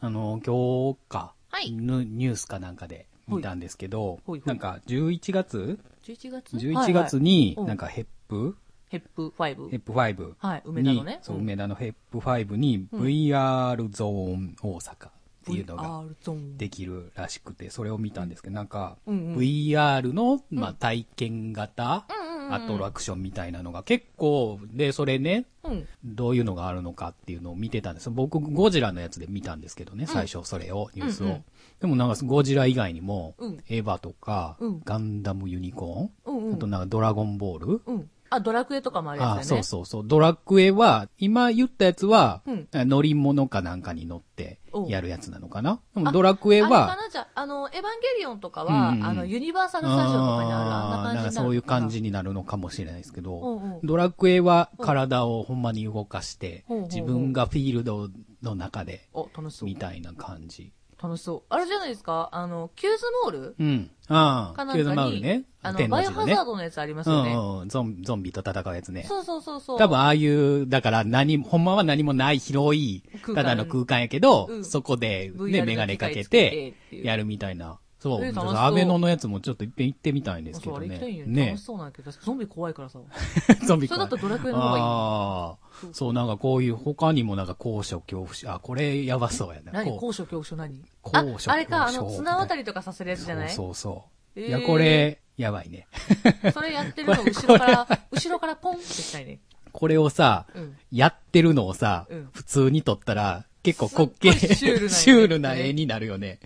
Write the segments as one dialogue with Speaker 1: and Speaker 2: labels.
Speaker 1: あの、今日か、
Speaker 2: はい
Speaker 1: のニュースかなんかで見たんですけど
Speaker 2: ほいほい、
Speaker 1: なんか11月
Speaker 2: 11月
Speaker 1: ?11 月に、
Speaker 2: はいはいうん
Speaker 1: なんかヘップ
Speaker 2: ヘップ5。
Speaker 1: ヘップ5。
Speaker 2: はい梅田のね
Speaker 1: にそう、
Speaker 2: うん
Speaker 1: 梅田のヘップ5に VR ゾーン大阪っていうのが
Speaker 2: VR ゾーン。
Speaker 1: できるらしくて、それを見たんですけど、なんか、
Speaker 2: うんうん
Speaker 1: VR の、まあ、体験型アトラクションみたいなのが結構、で、それね、
Speaker 2: うん。
Speaker 1: どういうのがあるのかっていうのを見てたんです僕、ゴジラのやつで見たんですけどね、最初、それを、ニュースを。
Speaker 2: うんうん
Speaker 1: でもなんか、ゴジラ以外にも、
Speaker 2: うん
Speaker 1: エヴァとか、
Speaker 2: うん
Speaker 1: ガンダムユニコーン、
Speaker 2: うんうん
Speaker 1: あとなんか、ドラゴンボール、
Speaker 2: うん。あ、ドラクエとかもある
Speaker 1: あ
Speaker 2: や
Speaker 1: あ、
Speaker 2: つだ
Speaker 1: そ
Speaker 2: よ
Speaker 1: う
Speaker 2: ね。
Speaker 1: そうそう。ドラクエは、今言ったやつは、
Speaker 2: うん
Speaker 1: 乗り物かなんかに乗って
Speaker 2: おう
Speaker 1: やるやつなのかなでも
Speaker 2: あ
Speaker 1: ドラクエ
Speaker 2: あれか
Speaker 1: は、
Speaker 2: なじゃあ、あの、エヴァンゲリオンとかは、
Speaker 1: うんうん
Speaker 2: あの、ユニバーサルスタジオとかにある、あん
Speaker 1: あ
Speaker 2: な
Speaker 1: ーなんか
Speaker 2: 感じになるのかな
Speaker 1: そういう感じになるのかもしれないですけど、
Speaker 2: うんうん
Speaker 1: ドラクエは体をほんまに動かして、
Speaker 2: うん
Speaker 1: 自分がフィールドの中で、
Speaker 2: お、楽しそう
Speaker 1: み。たいな感じ。
Speaker 2: 楽しそう。あれじゃないですかあの、キューズモール
Speaker 1: うん。あ
Speaker 2: か
Speaker 1: あ、
Speaker 2: な
Speaker 1: キューズ
Speaker 2: ん
Speaker 1: マ
Speaker 2: か
Speaker 1: ウル
Speaker 2: に、
Speaker 1: ね。
Speaker 2: あの、
Speaker 1: 天
Speaker 2: バイ
Speaker 1: の
Speaker 2: オ
Speaker 1: 字の
Speaker 2: ハ
Speaker 1: ね
Speaker 2: ザー。ドのやつあります
Speaker 1: う
Speaker 2: よね。
Speaker 1: んうん、ゾンゾンビと戦うやつね。
Speaker 2: そうそうそうそう。
Speaker 1: 多分ああいう、だから何、ほんまは何もない広い
Speaker 2: 空、間
Speaker 1: ただの空間やけど、
Speaker 2: うん
Speaker 1: そこで、ね、
Speaker 2: VR
Speaker 1: メガネかけ
Speaker 2: の機械つ
Speaker 1: て
Speaker 2: けてっていう
Speaker 1: やるみたいな。そう。
Speaker 2: えー
Speaker 1: ちょっ
Speaker 2: 楽し
Speaker 1: と
Speaker 2: そう
Speaker 1: アベノのやつもちょっと一遍行ってみたいんで
Speaker 2: あ
Speaker 1: すけ
Speaker 2: そう、
Speaker 1: ど
Speaker 2: あれ行きたいん
Speaker 1: ね。
Speaker 2: よね。
Speaker 1: ね
Speaker 2: 楽し。そうなんやけど、ゾンビ怖いからさ。
Speaker 1: ゾンビ
Speaker 2: それだとドラクエの方がい
Speaker 1: あ
Speaker 2: い
Speaker 1: あー。そう、なんかこういう、他にもなんか高所恐怖症。あ、これやばそうやな。
Speaker 2: 何
Speaker 1: こう
Speaker 2: 高所恐怖症何
Speaker 1: 高
Speaker 2: あ
Speaker 1: 所恐怖、症
Speaker 2: あれか、あの、綱渡りとかさせるやつじゃない
Speaker 1: そうそうそう。
Speaker 2: えー
Speaker 1: いや、これ、やばいね。
Speaker 2: それやってるのを後 ろから、後ろからポンってしたいね。
Speaker 1: これをさ、
Speaker 2: うん
Speaker 1: やってるのをさ、
Speaker 2: うん
Speaker 1: 普通に撮ったら、結構滑稽、
Speaker 2: すっごいシュールな絵ですね
Speaker 1: シュールな絵になるよね。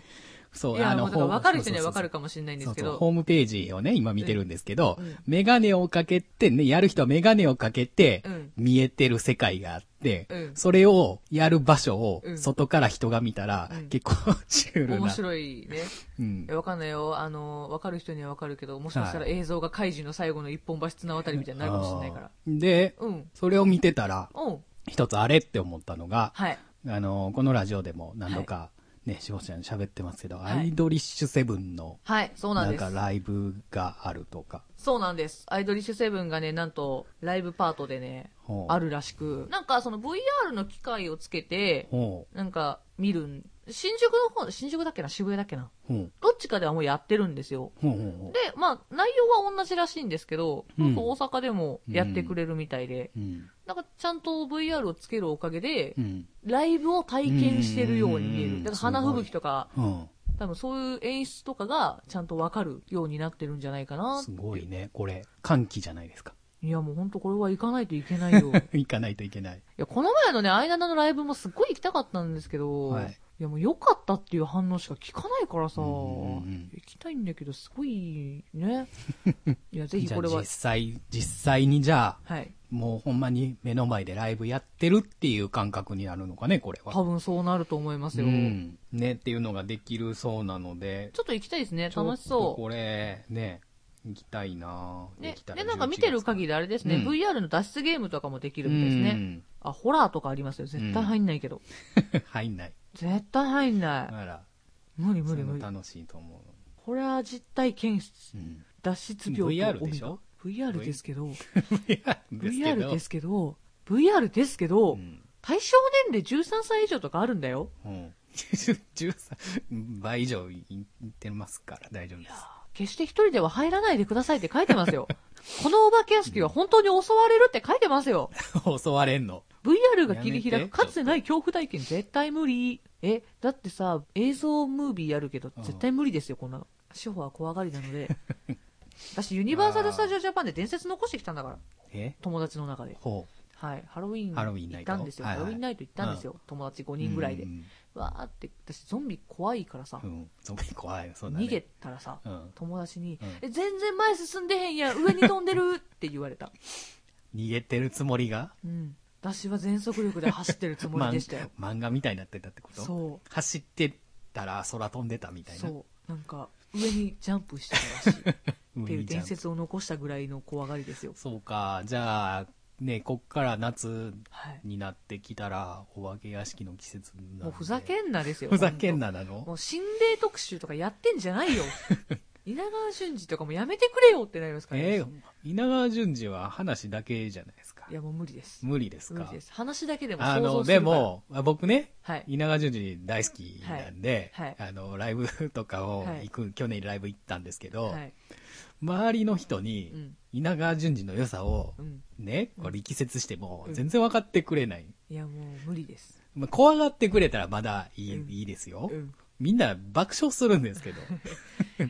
Speaker 1: そう、
Speaker 2: いや、
Speaker 1: あの、
Speaker 2: もうだから
Speaker 1: ホー
Speaker 2: 分かる人には分かる
Speaker 1: そうそうそう
Speaker 2: かもしれないんで
Speaker 1: そ
Speaker 2: す
Speaker 1: う
Speaker 2: け
Speaker 1: そう
Speaker 2: ど。
Speaker 1: ホームページをね、今見てるんですけど、
Speaker 2: うん
Speaker 1: メガネをかけて、ね、やる人はメガネをかけて、
Speaker 2: うん
Speaker 1: 見えてる世界があって、
Speaker 2: うん
Speaker 1: それをやる場所を
Speaker 2: うん
Speaker 1: 外から人が見たら、
Speaker 2: うん
Speaker 1: 結構シュールな。
Speaker 2: 面白いね。
Speaker 1: うん
Speaker 2: いや、わかんないよ。あの、わかる人にはわかるけど、もしかしたら映像がカイジの最後の一本橋綱渡りみたいになるかもしれないから
Speaker 1: あ。ーで、
Speaker 2: うん。
Speaker 1: それを見てたら、
Speaker 2: うん。
Speaker 1: 一つあれって思ったのが、
Speaker 2: はい。
Speaker 1: あの、このラジオでも何度か、ね、しほちゃん喋ってますけど、
Speaker 2: はい
Speaker 1: アイドリッシュセブンの、
Speaker 2: はい、そうな
Speaker 1: なんん
Speaker 2: です
Speaker 1: か。ライブがあるとか。
Speaker 2: そうなんです。アイドリッシュセブンがね、なんと、ライブパートでね
Speaker 1: ほ、う
Speaker 2: あるらしく。なんか、その VR の機械をつけて、
Speaker 1: ほ
Speaker 2: なんか、見るん。新宿の方、新宿だっけな渋谷だっけな
Speaker 1: う、ほう、
Speaker 2: どっちかではもうやってるんですよ。
Speaker 1: ほう、ほうほ
Speaker 2: で、まあ、内容は同じらしいんですけど、
Speaker 1: うん
Speaker 2: なんか大阪でもやってくれるみたいで、
Speaker 1: う。うん。
Speaker 2: なんかちゃんと VR をつけるおかげで
Speaker 1: う、ん。
Speaker 2: ライブを体験してるように見
Speaker 1: う
Speaker 2: え
Speaker 1: んうんう
Speaker 2: る。
Speaker 1: ん
Speaker 2: だから花吹雪とか、
Speaker 1: うん。
Speaker 2: 多分そういう演出とかがちゃんとわかるようになってるんじゃないかな
Speaker 1: す。ごいね。これ、歓喜じゃないですか。
Speaker 2: いや、もうほんとこれは行かないといけないよ。 い
Speaker 1: 行かないといけない。
Speaker 2: や、この前のね、アイナナのライブもすっごい行きたかったんですけど、
Speaker 1: はい
Speaker 2: いやもう良かったっていう反応しか聞かないからさ、
Speaker 1: うんうんうん
Speaker 2: 行きたいんだけど、すごい ね。いや、ぜひ
Speaker 1: じゃあ
Speaker 2: これは
Speaker 1: 実、際、実際にじゃあ、
Speaker 2: はい。
Speaker 1: もうほんまに目の前でライブやってるっていう感覚になるのかね、これは。
Speaker 2: 多分そうなると思います
Speaker 1: う
Speaker 2: よ。
Speaker 1: ん。ね、っていうのができるそうなので、
Speaker 2: ちょっと行きたいですね。
Speaker 1: ちょ
Speaker 2: 楽
Speaker 1: っ
Speaker 2: し
Speaker 1: と
Speaker 2: そ
Speaker 1: これ、ね、行きたいなぁ
Speaker 2: う。ね
Speaker 1: 行きた、い
Speaker 2: で、なんか見てる限りあれですね、
Speaker 1: うん
Speaker 2: VR の脱出ゲームとかもできるみたいです
Speaker 1: う
Speaker 2: ね。
Speaker 1: ん
Speaker 2: あ、ホラーとかありますよ。絶対入んないけど。
Speaker 1: 入んない。
Speaker 2: 絶対入んない。
Speaker 1: なら、
Speaker 2: 無理無
Speaker 1: そ
Speaker 2: 理
Speaker 1: れ
Speaker 2: 無
Speaker 1: も
Speaker 2: 理。
Speaker 1: 楽しいと思
Speaker 2: ホラー実体検
Speaker 1: う。
Speaker 2: 出
Speaker 1: う。ん。
Speaker 2: 脱出病と
Speaker 1: VR でしょ
Speaker 2: ?VR ですけど、
Speaker 1: VR ですけ
Speaker 2: VR
Speaker 1: ど。
Speaker 2: ですけど、VR ですけど、
Speaker 1: うん。
Speaker 2: 対象年齢13歳以上とかあるんだよ。
Speaker 1: うん。13倍以上いってますから大丈夫です。
Speaker 2: 決して一人では入らないでくださいって書いてま すよ。このお化け屋敷は本当に襲われるって書いてますよ。
Speaker 1: 襲われんの。
Speaker 2: VR が切り
Speaker 1: や
Speaker 2: 開
Speaker 1: め
Speaker 2: く
Speaker 1: て
Speaker 2: かつてない恐怖体験絶対無理えだってさ映像ムービーやるけど
Speaker 1: うん
Speaker 2: 絶対無理ですよこんな司法は怖がりなの で私ユニバーサル・スタジオ・ジャパンで伝説残してきたんだから
Speaker 1: え
Speaker 2: 友達の中で、
Speaker 1: ほ
Speaker 2: はい、ハロウィン
Speaker 1: ハロウィンナ
Speaker 2: 行
Speaker 1: イ
Speaker 2: っ
Speaker 1: ト
Speaker 2: たんですよ
Speaker 1: はい
Speaker 2: ハ
Speaker 1: はい
Speaker 2: ロウィンナイト行ったんですよ、友達5
Speaker 1: う。
Speaker 2: 人ぐらいで、
Speaker 1: うん。
Speaker 2: わーって私ゾンビ怖いからさ、
Speaker 1: うん。ゾンビ怖いよ、そんなね
Speaker 2: 逃げたらさ、
Speaker 1: うん
Speaker 2: 友達に、
Speaker 1: うん
Speaker 2: え全然前進んでへんやん上に飛んでるって言われた、
Speaker 1: 逃げてるつもりが
Speaker 2: うん、私は全速力で走ってるつもりでした よ
Speaker 1: 漫画みたいになってたってこと
Speaker 2: そう
Speaker 1: 走ってたら空飛んでたみたいな。
Speaker 2: そうなんか上にジャンプして たらしいっ
Speaker 1: うん。
Speaker 2: ていう
Speaker 1: いじゃ
Speaker 2: 伝
Speaker 1: ん
Speaker 2: 説を残したぐらいの怖がりですよ
Speaker 1: そうか。じゃあ、ね、こっから夏
Speaker 2: はい
Speaker 1: になってきたら、お化け屋敷の季節なんで
Speaker 2: もうふざけんなですよ
Speaker 1: ふざけんなな
Speaker 2: も
Speaker 1: の
Speaker 2: う心霊特集とかやってんじゃないよ稲川俊二とかもやめてくれよってなりますからね。
Speaker 1: ええ稲川淳二は話だけじゃないですか
Speaker 2: い。や、もう無理です。
Speaker 1: 無理です
Speaker 2: 無
Speaker 1: か
Speaker 2: 理です。話だけでも
Speaker 1: あ
Speaker 2: 想
Speaker 1: の、
Speaker 2: 像する
Speaker 1: で
Speaker 2: から。
Speaker 1: も、あ僕ね、
Speaker 2: はい。
Speaker 1: 稲川淳二大好きなんで、
Speaker 2: はいは
Speaker 1: あの、ライブとかを
Speaker 2: はい
Speaker 1: 行く、去年ライブ行ったんですけど、
Speaker 2: はい。
Speaker 1: 周りの人
Speaker 2: う
Speaker 1: に、
Speaker 2: ん。
Speaker 1: 稲川淳二の良さを
Speaker 2: う、ん。
Speaker 1: ね、これ力説しても、
Speaker 2: うん
Speaker 1: 全然分かってくれない。
Speaker 2: いや、もう無理です。
Speaker 1: まあ、怖がってくれたらまだいい,、
Speaker 2: うん
Speaker 1: いいですよ、
Speaker 2: うん。
Speaker 1: みんな爆笑するんですけど。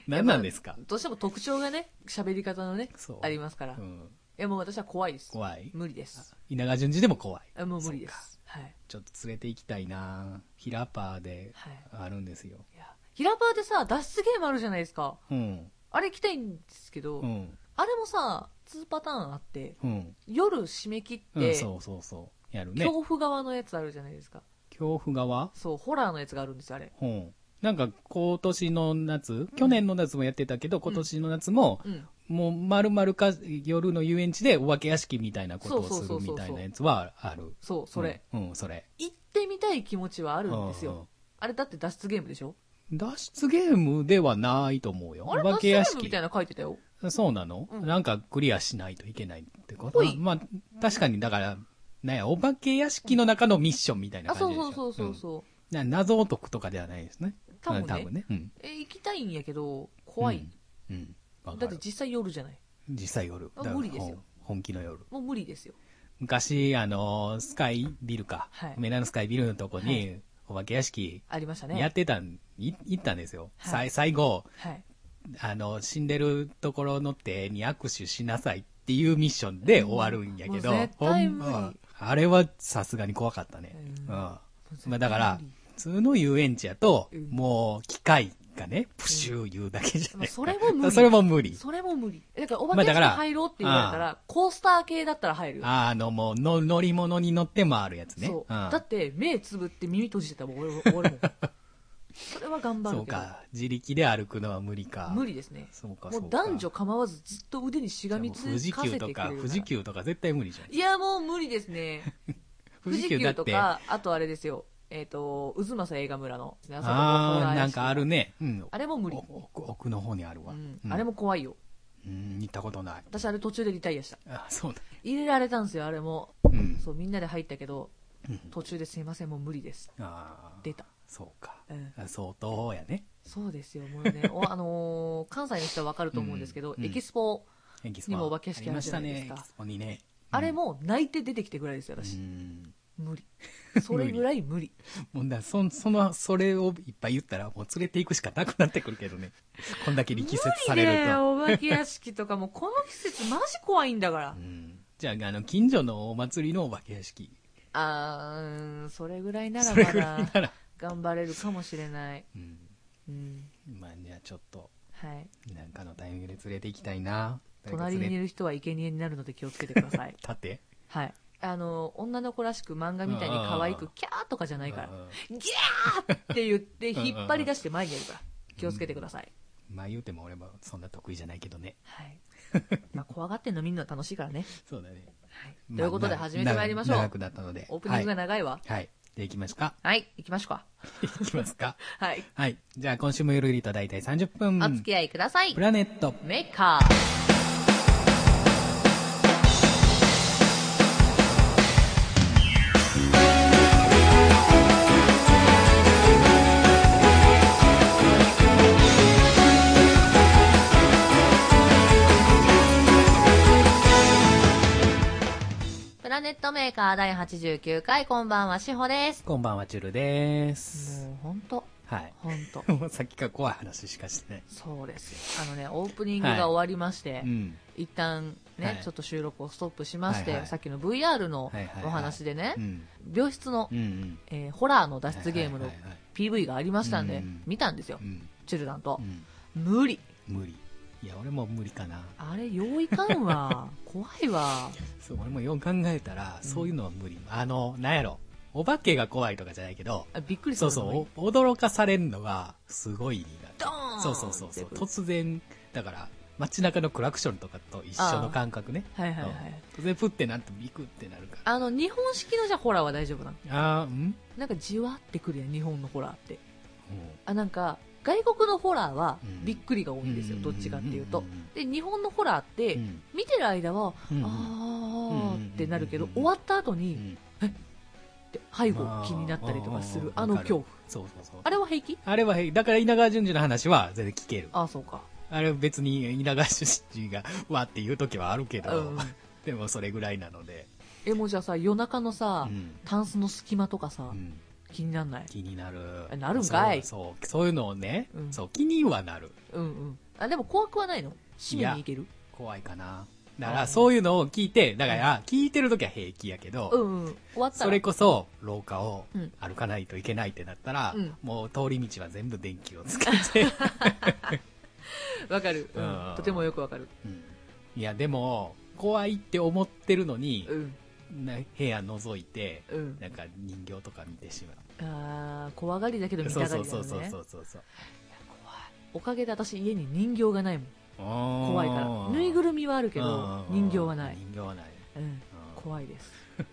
Speaker 1: 何なんですか、
Speaker 2: どうしても特徴がね、喋り方のね
Speaker 1: そう、
Speaker 2: ありますから。
Speaker 1: う
Speaker 2: い
Speaker 1: ん、
Speaker 2: や、もう私は怖いです。
Speaker 1: 怖い。
Speaker 2: 無理です。
Speaker 1: 稲川淳二でも怖い。
Speaker 2: あもう無理です。はい。
Speaker 1: ちょっと連れて行きたいなヒラパーで
Speaker 2: はい。
Speaker 1: あるんですよ。
Speaker 2: いや、平場でさ、脱出ゲームあるじゃないですか。
Speaker 1: うん。
Speaker 2: あれ行きたいんですけど、
Speaker 1: うん。
Speaker 2: あれもさ、2パターンあって、
Speaker 1: うん。
Speaker 2: 夜締め切っ
Speaker 1: うん、
Speaker 2: て、
Speaker 1: そうそうそう。やるね。
Speaker 2: 恐怖側のやつあるじゃないですか。
Speaker 1: 恐怖側
Speaker 2: そう、ホラーのやつがあるんですよ、あれ。
Speaker 1: うん。なんか今年の夏、去年の夏もやってたけど、今年の夏も、
Speaker 2: うん。
Speaker 1: もう丸々か夜の遊園地でお化け屋敷みたいなことを
Speaker 2: そう
Speaker 1: す
Speaker 2: そうそ
Speaker 1: る
Speaker 2: うそう
Speaker 1: みたいなやつはある。
Speaker 2: そう、それ、
Speaker 1: うん。うん、それ。
Speaker 2: 行ってみたい気持ちはあるんです
Speaker 1: うんうん
Speaker 2: よ。あれだって脱出ゲームでしょ
Speaker 1: 脱出ゲームではないと思うよ。
Speaker 2: あれ
Speaker 1: お
Speaker 2: 脱
Speaker 1: 化
Speaker 2: 出
Speaker 1: け
Speaker 2: ゲ
Speaker 1: 屋
Speaker 2: ーム
Speaker 1: 敷
Speaker 2: みたい。なの書いてたよ。
Speaker 1: そうなの、
Speaker 2: うん
Speaker 1: なんかクリアしないといけないってこと
Speaker 2: ほい
Speaker 1: まあ、確かに、だから、なんや、お化け屋敷の中のミッションみたいな
Speaker 2: あ、
Speaker 1: 感
Speaker 2: そ
Speaker 1: じでし
Speaker 2: う
Speaker 1: ょ
Speaker 2: そうそうそうそ
Speaker 1: う
Speaker 2: う。
Speaker 1: んな謎を解くとかではないですね。
Speaker 2: 多分ね
Speaker 1: うん多分ね。うん。
Speaker 2: え、行きたいんやけど、怖い。
Speaker 1: うん。うん。わか
Speaker 2: だっ
Speaker 1: る
Speaker 2: て実際夜じゃない。
Speaker 1: 実際夜。
Speaker 2: あ
Speaker 1: だから
Speaker 2: 無理ですよ
Speaker 1: ほん本気の夜。
Speaker 2: もう無理ですよ。
Speaker 1: 昔、あのースカイビルか。
Speaker 2: はい
Speaker 1: 梅田のスカイビルのとこに、お
Speaker 2: は
Speaker 1: 化け屋敷
Speaker 2: ありましたね。
Speaker 1: やってたん、い行ったんですよ。
Speaker 2: はい
Speaker 1: さい最後、
Speaker 2: はい。
Speaker 1: あの、死んでるところの手に握手しなさいっていうミッションで終わるんやけど、
Speaker 2: もう絶対無理
Speaker 1: ほんまあれはさすがに怖かったね。う
Speaker 2: うん
Speaker 1: ん。
Speaker 2: もう絶
Speaker 1: まあだ
Speaker 2: 対
Speaker 1: から
Speaker 2: 無理、
Speaker 1: 普通の遊園地やと、
Speaker 2: うん
Speaker 1: もう機械がね、プシュー言うだけじゃ
Speaker 2: ま
Speaker 1: な
Speaker 2: あ
Speaker 1: い。
Speaker 2: それも無理。
Speaker 1: それも無理。
Speaker 2: それも無理。だから、お化
Speaker 1: ま
Speaker 2: け
Speaker 1: あだ
Speaker 2: 屋
Speaker 1: から
Speaker 2: 敷入ろうって言われたら、コースター系だったら入るよ。
Speaker 1: ああの、もうの、乗り物に乗って回るやつね。
Speaker 2: そ
Speaker 1: ん
Speaker 2: う。だって、目つぶって耳閉じてたもん、俺も。 俺もそれは頑張る
Speaker 1: そ
Speaker 2: けど。
Speaker 1: うか。自力で歩くのは無理か。
Speaker 2: 無理ですね。
Speaker 1: そうか、
Speaker 2: も
Speaker 1: そううか。
Speaker 2: 男女構わずずっと腕にしがみつか
Speaker 1: 富
Speaker 2: せ
Speaker 1: 士
Speaker 2: てくれ
Speaker 1: 急
Speaker 2: るか
Speaker 1: と
Speaker 2: ら
Speaker 1: か、富士急とか絶対無理じゃん。
Speaker 2: いや、もう無理ですね。富士急とか、あとあれですよ。えっ、と、渦政映画村の。あそこの
Speaker 1: あ
Speaker 2: ホラ
Speaker 1: あ、
Speaker 2: ー
Speaker 1: な
Speaker 2: 屋
Speaker 1: ん
Speaker 2: 敷
Speaker 1: かあるね。うん。
Speaker 2: あれも無理。
Speaker 1: お奥奥の方にある
Speaker 2: う
Speaker 1: わ。
Speaker 2: ん
Speaker 1: う。ん
Speaker 2: あれも怖いよ。
Speaker 1: うん、行ったことない。
Speaker 2: 私、あれ途中でリタイアした。
Speaker 1: あそうだ。
Speaker 2: 入れられたんですよ、あれも。
Speaker 1: うん。
Speaker 2: そう、みんなで入ったけど
Speaker 1: うん、
Speaker 2: 途中ですいません、もう無理です。
Speaker 1: ああ、
Speaker 2: 出た。
Speaker 1: そうか。
Speaker 2: うん。
Speaker 1: あ相当やね。
Speaker 2: そうですよ、もうね。おあのー関西の人はわかると思うんですけど、
Speaker 1: うん
Speaker 2: エキスポ、
Speaker 1: エキス
Speaker 2: に
Speaker 1: ポ。
Speaker 2: もお化け屋敷
Speaker 1: あり
Speaker 2: ある
Speaker 1: ま
Speaker 2: じ
Speaker 1: し
Speaker 2: ゃな
Speaker 1: た
Speaker 2: いです
Speaker 1: ね、
Speaker 2: か
Speaker 1: エキスポにね。
Speaker 2: あれも泣いて出てきてぐらいですよ、
Speaker 1: う
Speaker 2: 私。
Speaker 1: ん。
Speaker 2: 無理。それぐらい 無理。
Speaker 1: もうだ、そん、その、それをいっぱい言ったら、もう連れて行くしかなくなってくるけどね。 こんだけ力説され
Speaker 2: 無理
Speaker 1: る
Speaker 2: だ
Speaker 1: と。
Speaker 2: よ、お化け屋敷とかも、この季節マジ怖いんだから
Speaker 1: う。ん。じゃあ、あの、近所のお祭りのお化け屋敷。
Speaker 2: あーうーん、それぐらいなら
Speaker 1: そ
Speaker 2: ま
Speaker 1: れぐらい
Speaker 2: だ
Speaker 1: なら。
Speaker 2: 頑張れるかもしれない。
Speaker 1: うん。
Speaker 2: うん。
Speaker 1: まあ、じゃあちょっと、
Speaker 2: はい。
Speaker 1: なんかのタイミングで連れて行きたいな。
Speaker 2: 隣にい
Speaker 1: 立
Speaker 2: る人は生贄になるので気をつけてく ださい。
Speaker 1: って。
Speaker 2: はい。あの、女の子らしく漫画みたいに可愛く、キャーとかじゃないから
Speaker 1: う、ん
Speaker 2: ギャーって言って引っ張り出して前にやるから、気をつけてください。
Speaker 1: まあ言うても俺もそんな得意じゃないけどね。
Speaker 2: はい。まあ、怖がってんの見るの楽しいからね。
Speaker 1: そうだね。
Speaker 2: はい。ということで
Speaker 1: まあ
Speaker 2: 始めてまいりましょ
Speaker 1: 長
Speaker 2: う。
Speaker 1: くなったので。
Speaker 2: オープニングが長いわ。
Speaker 1: はい。はい。で、行きます か。
Speaker 2: はい、行きましょうか。
Speaker 1: 行きますか。
Speaker 2: はい。
Speaker 1: はい。じゃあ今週もゆるゆると大体30分。
Speaker 2: お付き合いください
Speaker 1: プ。ラネット。
Speaker 2: メーカー。プラネットメーカー第89回、こんばんは、しほです。
Speaker 1: こんばんは、チュルです。
Speaker 2: もう、ほんと、
Speaker 1: はい。
Speaker 2: ほんと。
Speaker 1: もうさっきから怖い話しかしてない。
Speaker 2: そうですよ。あのね、オープニングが終わりまして、
Speaker 1: うん。
Speaker 2: 一旦ね、
Speaker 1: はい
Speaker 2: ちょっと収録をストップしまして、
Speaker 1: はいはい
Speaker 2: さっきの VR の
Speaker 1: はいはいはい
Speaker 2: お話でね、
Speaker 1: うん。
Speaker 2: 病室の、
Speaker 1: うんうん。
Speaker 2: えーホラーの脱出ゲームの
Speaker 1: はいはいはいはい
Speaker 2: PV がありましたん
Speaker 1: う
Speaker 2: で、
Speaker 1: ん
Speaker 2: 見たんですよ、
Speaker 1: うん。
Speaker 2: チルダンと
Speaker 1: う、ん。
Speaker 2: 無理
Speaker 1: 無理。いや、俺も無理かな。
Speaker 2: あれ用意かん わ怖いわ
Speaker 1: そう、俺もよく考えたら、そういうのは無理。あの、なんやろ。お化けが怖いとかじゃないけど、
Speaker 2: あびっくりす
Speaker 1: そ
Speaker 2: る
Speaker 1: うそう、お驚かされるのが、すごい
Speaker 2: ドー
Speaker 1: な。
Speaker 2: ン
Speaker 1: そうそうそうそう。
Speaker 2: ってこと
Speaker 1: 突然、だから、街中のクラクションとかと一緒の感覚ね。
Speaker 2: はいはいは
Speaker 1: うん
Speaker 2: い
Speaker 1: 突然プってなってビクってなるから。
Speaker 2: あの日本式のじゃあホラーは大丈夫なの
Speaker 1: あー、うん
Speaker 2: なんかじわってくるやん日本のホラーってあなんか外国のホラーは
Speaker 1: うん
Speaker 2: びっくりが多いんですよ、
Speaker 1: うん
Speaker 2: どっちかっていうと
Speaker 1: うんうんうん。
Speaker 2: で、日本のホラーって、
Speaker 1: うん
Speaker 2: 見てる間は、
Speaker 1: うん
Speaker 2: あーってなるけど、
Speaker 1: うん
Speaker 2: 終わった後
Speaker 1: う
Speaker 2: に、
Speaker 1: ん
Speaker 2: って背後気になったりとかする、あの
Speaker 1: わか
Speaker 2: 恐怖。
Speaker 1: そうそうそう
Speaker 2: あれは平気
Speaker 1: あれはへいだから稲川淳二の話は全然聞ける
Speaker 2: ああ、そうか。
Speaker 1: あれは別に稲川淳二がわーって言う時はあるけど、
Speaker 2: うん
Speaker 1: でもそれぐらいなので、
Speaker 2: え、もうじゃあさ、夜中のさ、
Speaker 1: うん
Speaker 2: タンスの隙間とか
Speaker 1: う
Speaker 2: さ、
Speaker 1: ん
Speaker 2: 気になんない
Speaker 1: 気になる
Speaker 2: なるんかい
Speaker 1: そうそうそういうのをね、
Speaker 2: うん
Speaker 1: そう気にはなる
Speaker 2: うんうん。あ、でも怖くはないの締めに行ける
Speaker 1: 怖いかなだからそういうのを聞いてだから聞いてる時は平気やけど、
Speaker 2: うんうん。終わったら。
Speaker 1: それこそ廊下を
Speaker 2: うん
Speaker 1: 歩かないといけないってなったら、
Speaker 2: うん
Speaker 1: もう通り道は全部電気を使 って、
Speaker 2: わかる、うん
Speaker 1: うん
Speaker 2: とてもよくわかる。
Speaker 1: うんいやでも怖いって思ってるのに
Speaker 2: う、ん。
Speaker 1: な部屋覗いて
Speaker 2: うん。
Speaker 1: なんか人形とか見てしまう
Speaker 2: あー怖がりだけど見た
Speaker 1: そう
Speaker 2: がりだ
Speaker 1: そ
Speaker 2: よ
Speaker 1: う
Speaker 2: ね。
Speaker 1: そうそうそそ
Speaker 2: 怖いう
Speaker 1: うそう
Speaker 2: おかげで私家に人形がないもん。怖
Speaker 1: 怖
Speaker 2: いから。ぬいぐるみはあるけど、人形はない。
Speaker 1: 人形はない
Speaker 2: うん。
Speaker 1: うん
Speaker 2: 怖いです。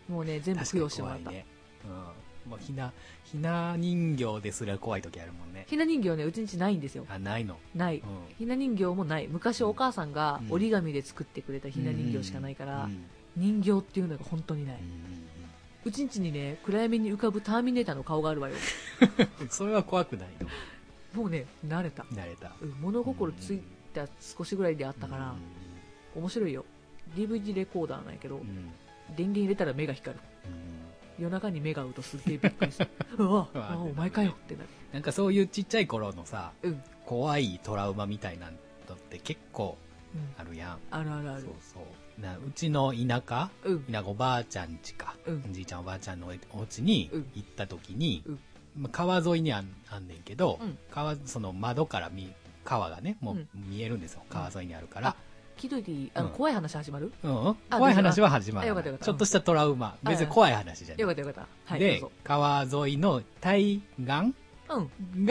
Speaker 2: も うね、全部
Speaker 1: 確か
Speaker 2: 供養
Speaker 1: に
Speaker 2: しても
Speaker 1: 怖
Speaker 2: らっ
Speaker 1: い
Speaker 2: た。
Speaker 1: ねうんもうひなひな人形ですら怖い時あるもんね
Speaker 2: ひな人形ね、うちんちないんですよ。
Speaker 1: あないの。
Speaker 2: ないう
Speaker 1: ん
Speaker 2: ひな人形もない。昔お母さんが折り紙で作ってくれたひな人形しかないから、
Speaker 1: うん
Speaker 2: 人形っていうのが本当にない。
Speaker 1: うん
Speaker 2: うちんちにね、暗闇に浮かぶターミネーターの顔があるわよ。
Speaker 1: うんそれは怖くないの
Speaker 2: もうね、慣れた。
Speaker 1: 慣れた
Speaker 2: うん物心ついた少しぐらいであったから、面白いよ。DVD レコーダーなんやけ
Speaker 1: う
Speaker 2: ど、
Speaker 1: んうん
Speaker 2: 電源入れたら目が光る。
Speaker 1: うん
Speaker 2: 夜中に目が合うとすっげえびっく りする。うわ、
Speaker 1: うわ
Speaker 2: あお前かよってなる。
Speaker 1: なんかそういうちっちゃい頃のさ
Speaker 2: うん。うん
Speaker 1: 怖いトラウマみたいなのって結構あるやん
Speaker 2: あるあるあ
Speaker 1: そう
Speaker 2: る。
Speaker 1: そうなうちの田舎
Speaker 2: うん。
Speaker 1: 稲子ばあちゃん家か、
Speaker 2: うん
Speaker 1: おじいちゃんおばあちゃんのお家に
Speaker 2: うん
Speaker 1: 行った時に、
Speaker 2: うん
Speaker 1: まあ川沿いにあんあんねんけど、
Speaker 2: うん
Speaker 1: 川その窓から見川がねも
Speaker 2: うん
Speaker 1: う見えるんですよ、川沿いにあるから、
Speaker 2: 聞いといていいあ
Speaker 1: う
Speaker 2: の、
Speaker 1: ん
Speaker 2: 怖い話始まる
Speaker 1: うん
Speaker 2: あ
Speaker 1: 怖い話は始ま
Speaker 2: あ
Speaker 1: ら
Speaker 2: よ
Speaker 1: な
Speaker 2: か
Speaker 1: い
Speaker 2: ったよかった
Speaker 1: ちょっとしたトラウマ別に怖い話じゃない、
Speaker 2: よかったよかった。はい、
Speaker 1: で
Speaker 2: ど
Speaker 1: 川沿いの対岸
Speaker 2: うぞ。
Speaker 1: が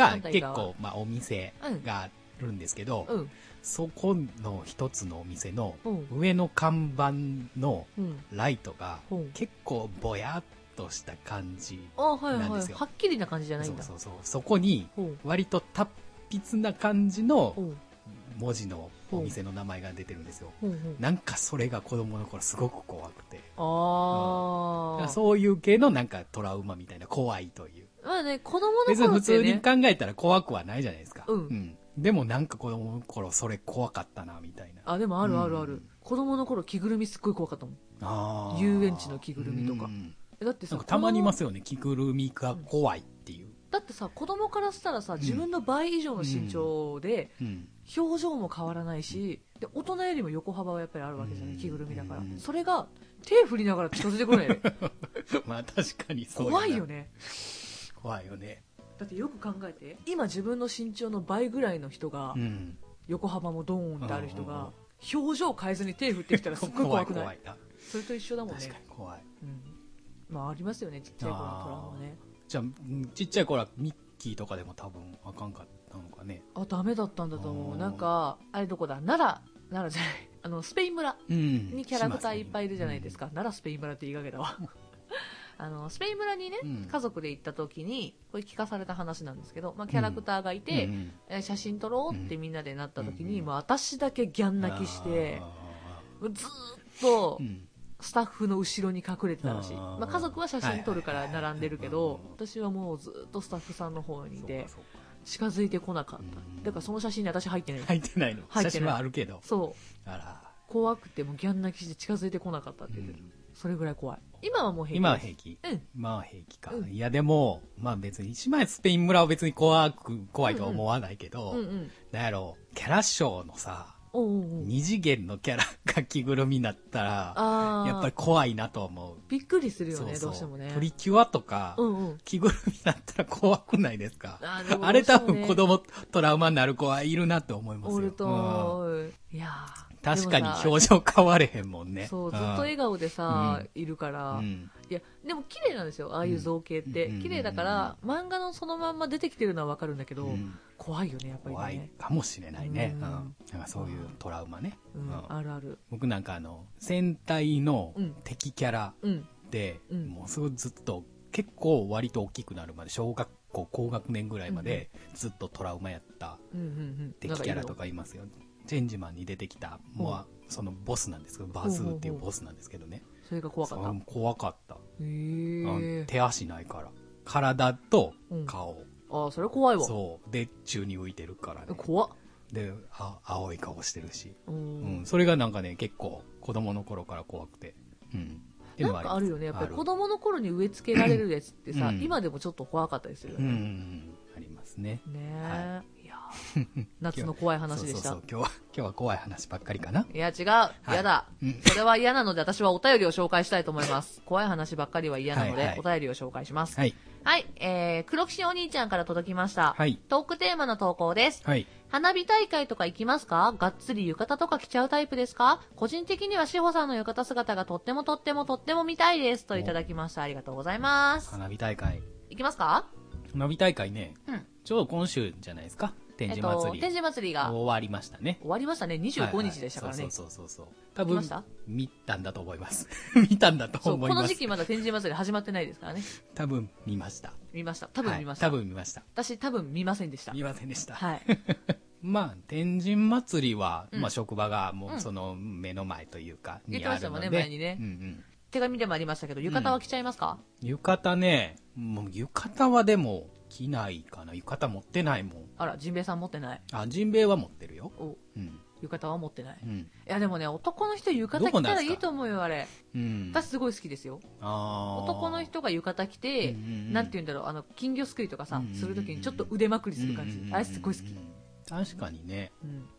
Speaker 2: 反対
Speaker 1: 結
Speaker 2: 側
Speaker 1: 構、まあ、お店があるんですけど、
Speaker 2: うん。うん。
Speaker 1: そこの一つのお店の
Speaker 2: うん
Speaker 1: 上の看板の
Speaker 2: うん。
Speaker 1: ライトが
Speaker 2: うん
Speaker 1: 結構ぼやっとした感じ
Speaker 2: あ、はい
Speaker 1: なん
Speaker 2: は
Speaker 1: で
Speaker 2: い。
Speaker 1: すよ
Speaker 2: はっきりな感じじゃない
Speaker 1: そ
Speaker 2: ん
Speaker 1: う
Speaker 2: だ。
Speaker 1: そうそうそこに
Speaker 2: ほう
Speaker 1: 割と達筆な感じの
Speaker 2: ほう
Speaker 1: 文字のお店の名前が出てるんですよ
Speaker 2: ほうほう
Speaker 1: なんかそれが子供の頃すごく怖くて
Speaker 2: ああ。
Speaker 1: そういう系のなんかトラウマみたいな怖いという
Speaker 2: まあね、子供の
Speaker 1: 別に
Speaker 2: 頃
Speaker 1: 普
Speaker 2: って
Speaker 1: 通に
Speaker 2: ね、
Speaker 1: 考えたら怖くはないじゃないですか、
Speaker 2: うん
Speaker 1: でもなんか子供の頃それ怖かったなみたいな
Speaker 2: あ、でもあるあるある。
Speaker 1: うん
Speaker 2: 子供の頃着ぐるみすっごい怖かったもん。
Speaker 1: あー
Speaker 2: 遊園地の着ぐるみとか
Speaker 1: うん
Speaker 2: えだって
Speaker 1: な
Speaker 2: さ、
Speaker 1: んかたまにいま
Speaker 2: 子
Speaker 1: すよね着ぐるみが怖いっていう、
Speaker 2: 供だってさ、子供からしたらさ、
Speaker 1: ん
Speaker 2: 自分の倍以上の身長で、
Speaker 1: うん
Speaker 2: 表情も変わらないし、で、大人よりも横幅はやっぱりあるわけじゃない、
Speaker 1: うん
Speaker 2: 着ぐるみだから
Speaker 1: う。ん
Speaker 2: それが、手振りながら近づいてくるのよ。
Speaker 1: まあ確かに そうやな
Speaker 2: 怖いよね。
Speaker 1: 怖いよね
Speaker 2: だってよく考えて、今自分の身長の倍ぐらいの人が
Speaker 1: う、ん
Speaker 2: 横幅もドーンってある人
Speaker 1: うんうんう
Speaker 2: が、表情変えずに手振ってきたら すっごい怖くない
Speaker 1: いな
Speaker 2: それと一緒だもんね
Speaker 1: 確か。に怖い
Speaker 2: うん。まあありますよね、ちっちゃい頃のトラウマね。
Speaker 1: じゃあうんちっちゃい頃はミッキーとかでも多分あかんかったのかね
Speaker 2: あ、ダメだったんだと思
Speaker 1: あ
Speaker 2: う。
Speaker 1: ー
Speaker 2: なんか、あれどこだ奈良、奈良じゃない。あの、スペイン村
Speaker 1: うん
Speaker 2: にキャラクターいっぱいいるじゃないですか。奈良スペイン村って言いかけだわ。 あの、スペイン村にね、
Speaker 1: うん
Speaker 2: 家族で行った時に、これ聞かされた話なんですけど、まあキャラクターがい
Speaker 1: しますね
Speaker 2: て、
Speaker 1: うんうん
Speaker 2: え写真撮ろうってみんなでなった時に、
Speaker 1: うん
Speaker 2: もう私だけギャン泣きして、
Speaker 1: あ
Speaker 2: もうずーっと
Speaker 1: ーうん
Speaker 2: スタッフの後ろに隠れてたらしい。
Speaker 1: あー
Speaker 2: まあ家族は写真撮るから並んでるけど
Speaker 1: はいはいはい、
Speaker 2: 私はもうずーっとスタッフさんの方にい
Speaker 1: そう
Speaker 2: て
Speaker 1: か、そうか
Speaker 2: 近づいてこなかっ
Speaker 1: うん
Speaker 2: た。だからその写真に私入ってない。
Speaker 1: 入ってないの
Speaker 2: 入ってない
Speaker 1: 写真はあるけど
Speaker 2: そう。
Speaker 1: あら
Speaker 2: 怖くてもうギャン泣きして近づいてこなかったって言ってる、
Speaker 1: うん
Speaker 2: それぐらい怖い今はもう平気
Speaker 1: 今は平気
Speaker 2: うん
Speaker 1: まあ平気か、
Speaker 2: うん
Speaker 1: いやでもまあ別に一枚スペイン村は別に怖く怖いとは思わないけど、
Speaker 2: うんうん
Speaker 1: なんやろうキャラショーのさ
Speaker 2: おうおうおう
Speaker 1: 二次元のキャラが着ぐるみになったら
Speaker 2: ああ
Speaker 1: やっぱり怖いなと思う
Speaker 2: びっくりするよね
Speaker 1: そう
Speaker 2: どうして
Speaker 1: そう
Speaker 2: もね
Speaker 1: プリキュアとか、
Speaker 2: うんうん
Speaker 1: 着ぐるみだったら怖くないですか
Speaker 2: あ
Speaker 1: あ
Speaker 2: ーでも
Speaker 1: れ多
Speaker 2: そうね
Speaker 1: 分子供トラウマになる子はいるなって思いますよ。
Speaker 2: おると
Speaker 1: うん
Speaker 2: 思う、いやー
Speaker 1: 確かに
Speaker 2: でもさ
Speaker 1: 表情変われへんもんね。
Speaker 2: そうずっと笑顔でさ、いるから、
Speaker 1: うん
Speaker 2: いやでも綺麗なんですよああいう造形って、
Speaker 1: うん
Speaker 2: 綺麗だから、漫画のそのまんま出てきてるのはわかるんだけど、
Speaker 1: うん
Speaker 2: 怖いよねやっぱりね
Speaker 1: 怖いかもしれないね。う
Speaker 2: う
Speaker 1: んんなんかそういうトラウマね。
Speaker 2: う
Speaker 1: うん
Speaker 2: ん、あるある
Speaker 1: 僕なんかあの、戦隊の
Speaker 2: うん
Speaker 1: 敵キャラ
Speaker 2: うん
Speaker 1: で、
Speaker 2: うん
Speaker 1: もうすぐずっと結構割と大きくなるまで小学校高学年ぐらいまでずっとトラウマやった
Speaker 2: うんうんうん。
Speaker 1: 敵キャラとかいますよ。チェンジマンに出てきた、もうあそのボスなんですけど、バズーっていうボスなんですけどね。
Speaker 2: それが怖かった。
Speaker 1: そ
Speaker 2: へ
Speaker 1: う怖かった。うん
Speaker 2: え。
Speaker 1: 手足ないから。体と顔。
Speaker 2: ああ、それ怖いわ。
Speaker 1: そう。で、宙に浮いてるから
Speaker 2: え
Speaker 1: ね。
Speaker 2: 怖っ。
Speaker 1: で、あ青い顔してるし。
Speaker 2: う
Speaker 1: うんん。それがなんかね、結構子供の頃から怖くて。うん。っていう
Speaker 2: な
Speaker 1: の
Speaker 2: ん
Speaker 1: も
Speaker 2: かあ
Speaker 1: り
Speaker 2: る
Speaker 1: ます
Speaker 2: よね、やっぱり
Speaker 1: ある
Speaker 2: 子供の頃に植え付けられるやつってさ、
Speaker 1: うん
Speaker 2: 今でもちょっと怖かったりするよ
Speaker 1: うんうんう
Speaker 2: ね。
Speaker 1: ん。ありますね。
Speaker 2: ねえ、い、やー夏の怖い話でした。
Speaker 1: そうそうそう今日は、今日は怖い話ばっかりかな。
Speaker 2: いや、違う。
Speaker 1: い
Speaker 2: 嫌だ
Speaker 1: うん。
Speaker 2: それは嫌なので、私はお便りを紹介したいと思います。怖い話ばっかりは嫌なの
Speaker 1: はいは
Speaker 2: で、
Speaker 1: い
Speaker 2: お便りを紹介します。
Speaker 1: はい。
Speaker 2: はい、えー、黒騎士お兄ちゃんから届きました。
Speaker 1: はい
Speaker 2: トークテーマの投稿です。
Speaker 1: はい。
Speaker 2: 花火大会とか行きますかがっつり浴衣とか着ちゃうタイプですか個人的には志保さんの浴衣姿がとってもとってもとっても見たいです。といただきました。ありがとうございます。
Speaker 1: 花火大会。
Speaker 2: 行きますか
Speaker 1: 花火大会ね、
Speaker 2: うん
Speaker 1: ちょうど今週じゃないですか。
Speaker 2: え
Speaker 1: 天
Speaker 2: っ
Speaker 1: 神
Speaker 2: と
Speaker 1: 祭、り。
Speaker 2: 天神祭りが終
Speaker 1: 終わりましたね。
Speaker 2: わりましたね。25日でしたから
Speaker 1: は
Speaker 2: ね。
Speaker 1: いはいそうそうそうそう。多
Speaker 2: 行きま
Speaker 1: 分
Speaker 2: した、
Speaker 1: 見たんだと思います。 見たんだと
Speaker 2: そう、
Speaker 1: 思
Speaker 2: こ
Speaker 1: いま
Speaker 2: の
Speaker 1: す。
Speaker 2: 時期まだ天神祭り始まってないですからね。
Speaker 1: 多分見ました。
Speaker 2: 見ました。多分見ました。
Speaker 1: はい多分見ました。
Speaker 2: 私多分見ませんでした。
Speaker 1: 見ませんでした。
Speaker 2: はい。
Speaker 1: まあ、天神祭りは、
Speaker 2: うん
Speaker 1: まあ、職場が
Speaker 2: う
Speaker 1: も
Speaker 2: ん
Speaker 1: うその目の前というか、
Speaker 2: 言っ
Speaker 1: に
Speaker 2: てま
Speaker 1: あ
Speaker 2: した
Speaker 1: る
Speaker 2: も
Speaker 1: ので。
Speaker 2: んね前にね
Speaker 1: うんうん。
Speaker 2: 手紙でもありましたけど、浴衣は着ちゃいますか、
Speaker 1: 浴衣ね、もう浴衣はでも着ないかな。浴衣持ってないもん。
Speaker 2: あら、ジンベエさん持ってない。
Speaker 1: あ、ジンベエは持ってるよ。
Speaker 2: お、
Speaker 1: うん。
Speaker 2: 浴衣は持ってない。
Speaker 1: う
Speaker 2: い
Speaker 1: ん。
Speaker 2: や、でもね、男の人浴衣
Speaker 1: ど
Speaker 2: 着
Speaker 1: こな
Speaker 2: た
Speaker 1: ん
Speaker 2: ら
Speaker 1: です
Speaker 2: い
Speaker 1: か
Speaker 2: いと思うよ、あれ。
Speaker 1: うん。
Speaker 2: 私すごい好きですよ。
Speaker 1: あー
Speaker 2: 男の人が浴衣着て、
Speaker 1: うんうんうん
Speaker 2: なんて言うんだろう、あの、金魚すくいとかさ
Speaker 1: うんうんう、ん
Speaker 2: するときにちょっと腕まくりする感じ。あれすごい好き。
Speaker 1: き。確かにね。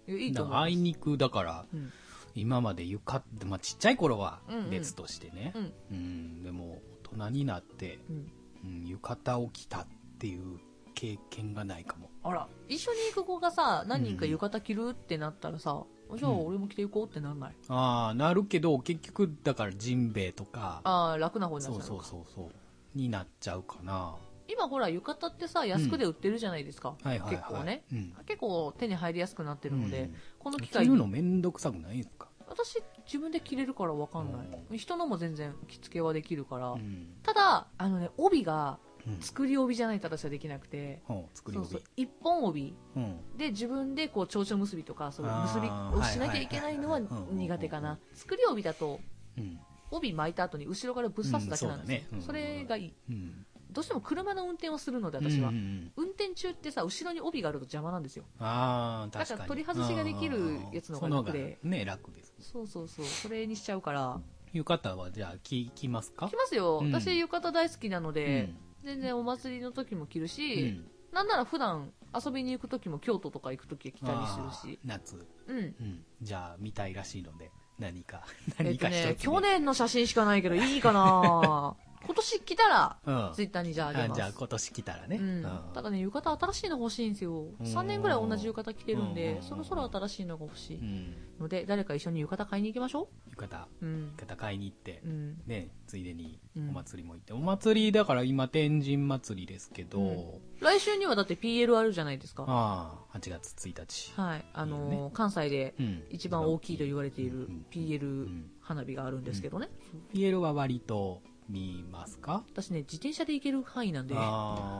Speaker 2: うん。いい
Speaker 1: だ
Speaker 2: と思
Speaker 1: か
Speaker 2: う。
Speaker 1: らあいにくだから、
Speaker 2: うん。
Speaker 1: 今まで浴衣、まあ、ちっちゃい頃は
Speaker 2: うんうん
Speaker 1: 別としてね。
Speaker 2: うん。
Speaker 1: うんでも、大人になって、
Speaker 2: うん。
Speaker 1: うん浴衣を着たっていう経験がないかも。
Speaker 2: あら、一緒に行く子がさ、何人か浴衣着るってなったらさ、じゃあ
Speaker 1: うん
Speaker 2: 俺も着ていこうってなんない。
Speaker 1: ああ、なるけど、結局、だから、ジンベエとか、
Speaker 2: ああ、楽な方になっ
Speaker 1: そ
Speaker 2: ちゃう
Speaker 1: う
Speaker 2: のか。
Speaker 1: そうそうそう、になっちゃうかな。
Speaker 2: 今ほら、浴衣ってさ、安くで売ってるじゃないですか。
Speaker 1: はいはいはい。
Speaker 2: 結構ね。
Speaker 1: うん。
Speaker 2: 結構手に入りやすくなってるので、
Speaker 1: うん
Speaker 2: この機
Speaker 1: 着
Speaker 2: 会
Speaker 1: る
Speaker 2: に
Speaker 1: のめんどくさくないですか
Speaker 2: 私自分で着れるからわかんない、人のも全然着付けはできるから、
Speaker 1: うん。
Speaker 2: ただあのね帯が
Speaker 1: うん
Speaker 2: 作り帯じゃないと私はできなくて、
Speaker 1: ほう作り
Speaker 2: そう
Speaker 1: 置
Speaker 2: そう
Speaker 1: き。
Speaker 2: 一本帯
Speaker 1: うん。
Speaker 2: で自分でこう蝶々結びとかそういう
Speaker 1: あ
Speaker 2: 結び
Speaker 1: ー
Speaker 2: をしなきゃいけないのは
Speaker 1: はいはいはいはい
Speaker 2: 苦手か
Speaker 1: うんうん
Speaker 2: な作り帯だと
Speaker 1: うん。
Speaker 2: 帯巻いた後に後ろからぶっ刺すだけなんですよ、
Speaker 1: うん
Speaker 2: そ
Speaker 1: そうだねうん
Speaker 2: れがいい
Speaker 1: うん。
Speaker 2: どうしても車の運転をするので私は、
Speaker 1: うんうんうん
Speaker 2: 運転中ってさ後ろに帯があると邪魔なんですよ
Speaker 1: ああ、確か
Speaker 2: だ
Speaker 1: に。
Speaker 2: から取り外しができるやつの方が楽で
Speaker 1: うんうんうんその方がね、楽です。
Speaker 2: そうそうそうそれにしちゃうから
Speaker 1: 浴衣はじゃあ着、着ますか
Speaker 2: 着ますよ、
Speaker 1: うん
Speaker 2: 私浴衣大好きなの
Speaker 1: う
Speaker 2: で、
Speaker 1: ん
Speaker 2: 全然お祭りの時も着る
Speaker 1: う
Speaker 2: し、
Speaker 1: ん
Speaker 2: なんなら普段遊びに行く時も京都とか行く時は着たりするし
Speaker 1: あー夏。
Speaker 2: うん
Speaker 1: うん。じゃあ、見たいらしいので、 何か、
Speaker 2: えっ
Speaker 1: 何
Speaker 2: と
Speaker 1: か一つ、
Speaker 2: ね去。年の写真しかないけどいい かな今年来たら
Speaker 1: うん。
Speaker 2: ツイッターにじゃああげ
Speaker 1: あ
Speaker 2: ます
Speaker 1: じゃあ今年来たらね。
Speaker 2: うん、ただね浴衣新しいの欲しいんですよ3年ぐらい同じ浴衣着てるんで
Speaker 1: うん
Speaker 2: そろそろ新しいのが欲し
Speaker 1: う
Speaker 2: い
Speaker 1: ん
Speaker 2: ので誰か一緒に浴衣買いに行きましょ
Speaker 1: 浴衣、
Speaker 2: ううん
Speaker 1: 浴衣買いに行って
Speaker 2: う、ん
Speaker 1: ね、ついでに
Speaker 2: うん
Speaker 1: お祭りも行って。お祭り、だから今天神祭りですけど、
Speaker 2: うん来週にはだって PL あるじゃないですか
Speaker 1: ああ、8月1日。
Speaker 2: はいあのー
Speaker 1: いいよ
Speaker 2: 関西で
Speaker 1: うん
Speaker 2: 一番大きいと言われている
Speaker 1: うん
Speaker 2: PL
Speaker 1: ん
Speaker 2: 花火があるんですけどね、
Speaker 1: PL は割と見ますか
Speaker 2: 私ね自転車で行ける範囲なんで、は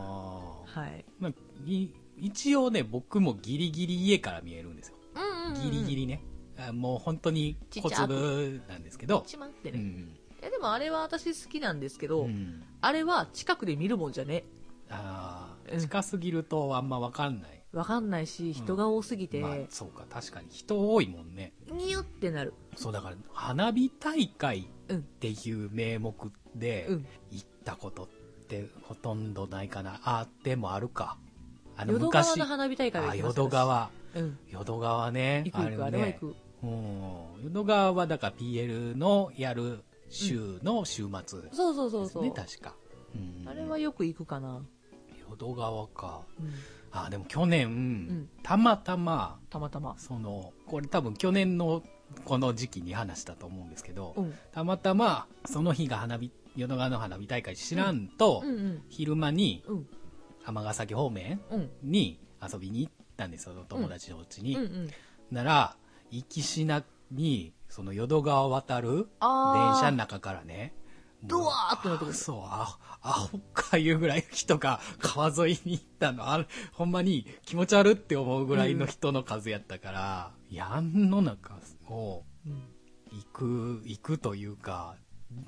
Speaker 1: ああ、
Speaker 2: い、
Speaker 1: まあ、ぎ一応ね僕もギリギリ家から見えるんですよ、
Speaker 2: うんうんうん、
Speaker 1: ギリギリねあもう本当に
Speaker 2: ちっ
Speaker 1: 小
Speaker 2: ちゃく
Speaker 1: 粒なんですけど
Speaker 2: ちまって
Speaker 1: う
Speaker 2: ね、
Speaker 1: ん
Speaker 2: えでもあれは私好きなんですけど、
Speaker 1: うん
Speaker 2: あれは近くで見るもんじゃね
Speaker 1: あー
Speaker 2: うん
Speaker 1: 近すぎるとあんま分かんない、
Speaker 2: わかんないし人が多すぎて、
Speaker 1: まあそうか確かに人多いもんね
Speaker 2: にゅってなる
Speaker 1: そうだから花火大会
Speaker 2: うん
Speaker 1: っていう名目で
Speaker 2: うん
Speaker 1: 行ったことってほとんどないかなあでもあるかあの
Speaker 2: 淀
Speaker 1: 昔
Speaker 2: 川の花火大会は
Speaker 1: あ
Speaker 2: 行きました
Speaker 1: 淀川
Speaker 2: うん
Speaker 1: 淀川ね
Speaker 2: 行く行くあれは行
Speaker 1: ね
Speaker 2: く
Speaker 1: うん淀川はだから PL のやる週の週末ですね、
Speaker 2: そうそうそうそう、
Speaker 1: 確か、うん
Speaker 2: あれはよく行くかな、
Speaker 1: 淀川か
Speaker 2: うん、
Speaker 1: あでも去年、
Speaker 2: ん
Speaker 1: たまたま
Speaker 2: たまたま
Speaker 1: そのこれ多分去年のこの時期に話したと思うんですけど、
Speaker 2: うん
Speaker 1: たまたまその日が花火淀川の花火大会知らんと、
Speaker 2: うんうん
Speaker 1: 昼間に
Speaker 2: うん
Speaker 1: 尼崎方面
Speaker 2: うん
Speaker 1: に遊びに行ったんですよ友達のうちに、
Speaker 2: うんうん
Speaker 1: なら行きしなにその淀川を渡る電
Speaker 2: ああ
Speaker 1: 車の中からね
Speaker 2: ドワーってなってくる。
Speaker 1: そう、あ、アホかいうぐらいの人が 川沿いに行ったの。あれ、ほんまに気持ち悪って思うぐらいの人の数やったから、やんの中を
Speaker 2: うん
Speaker 1: 行く、行くというか、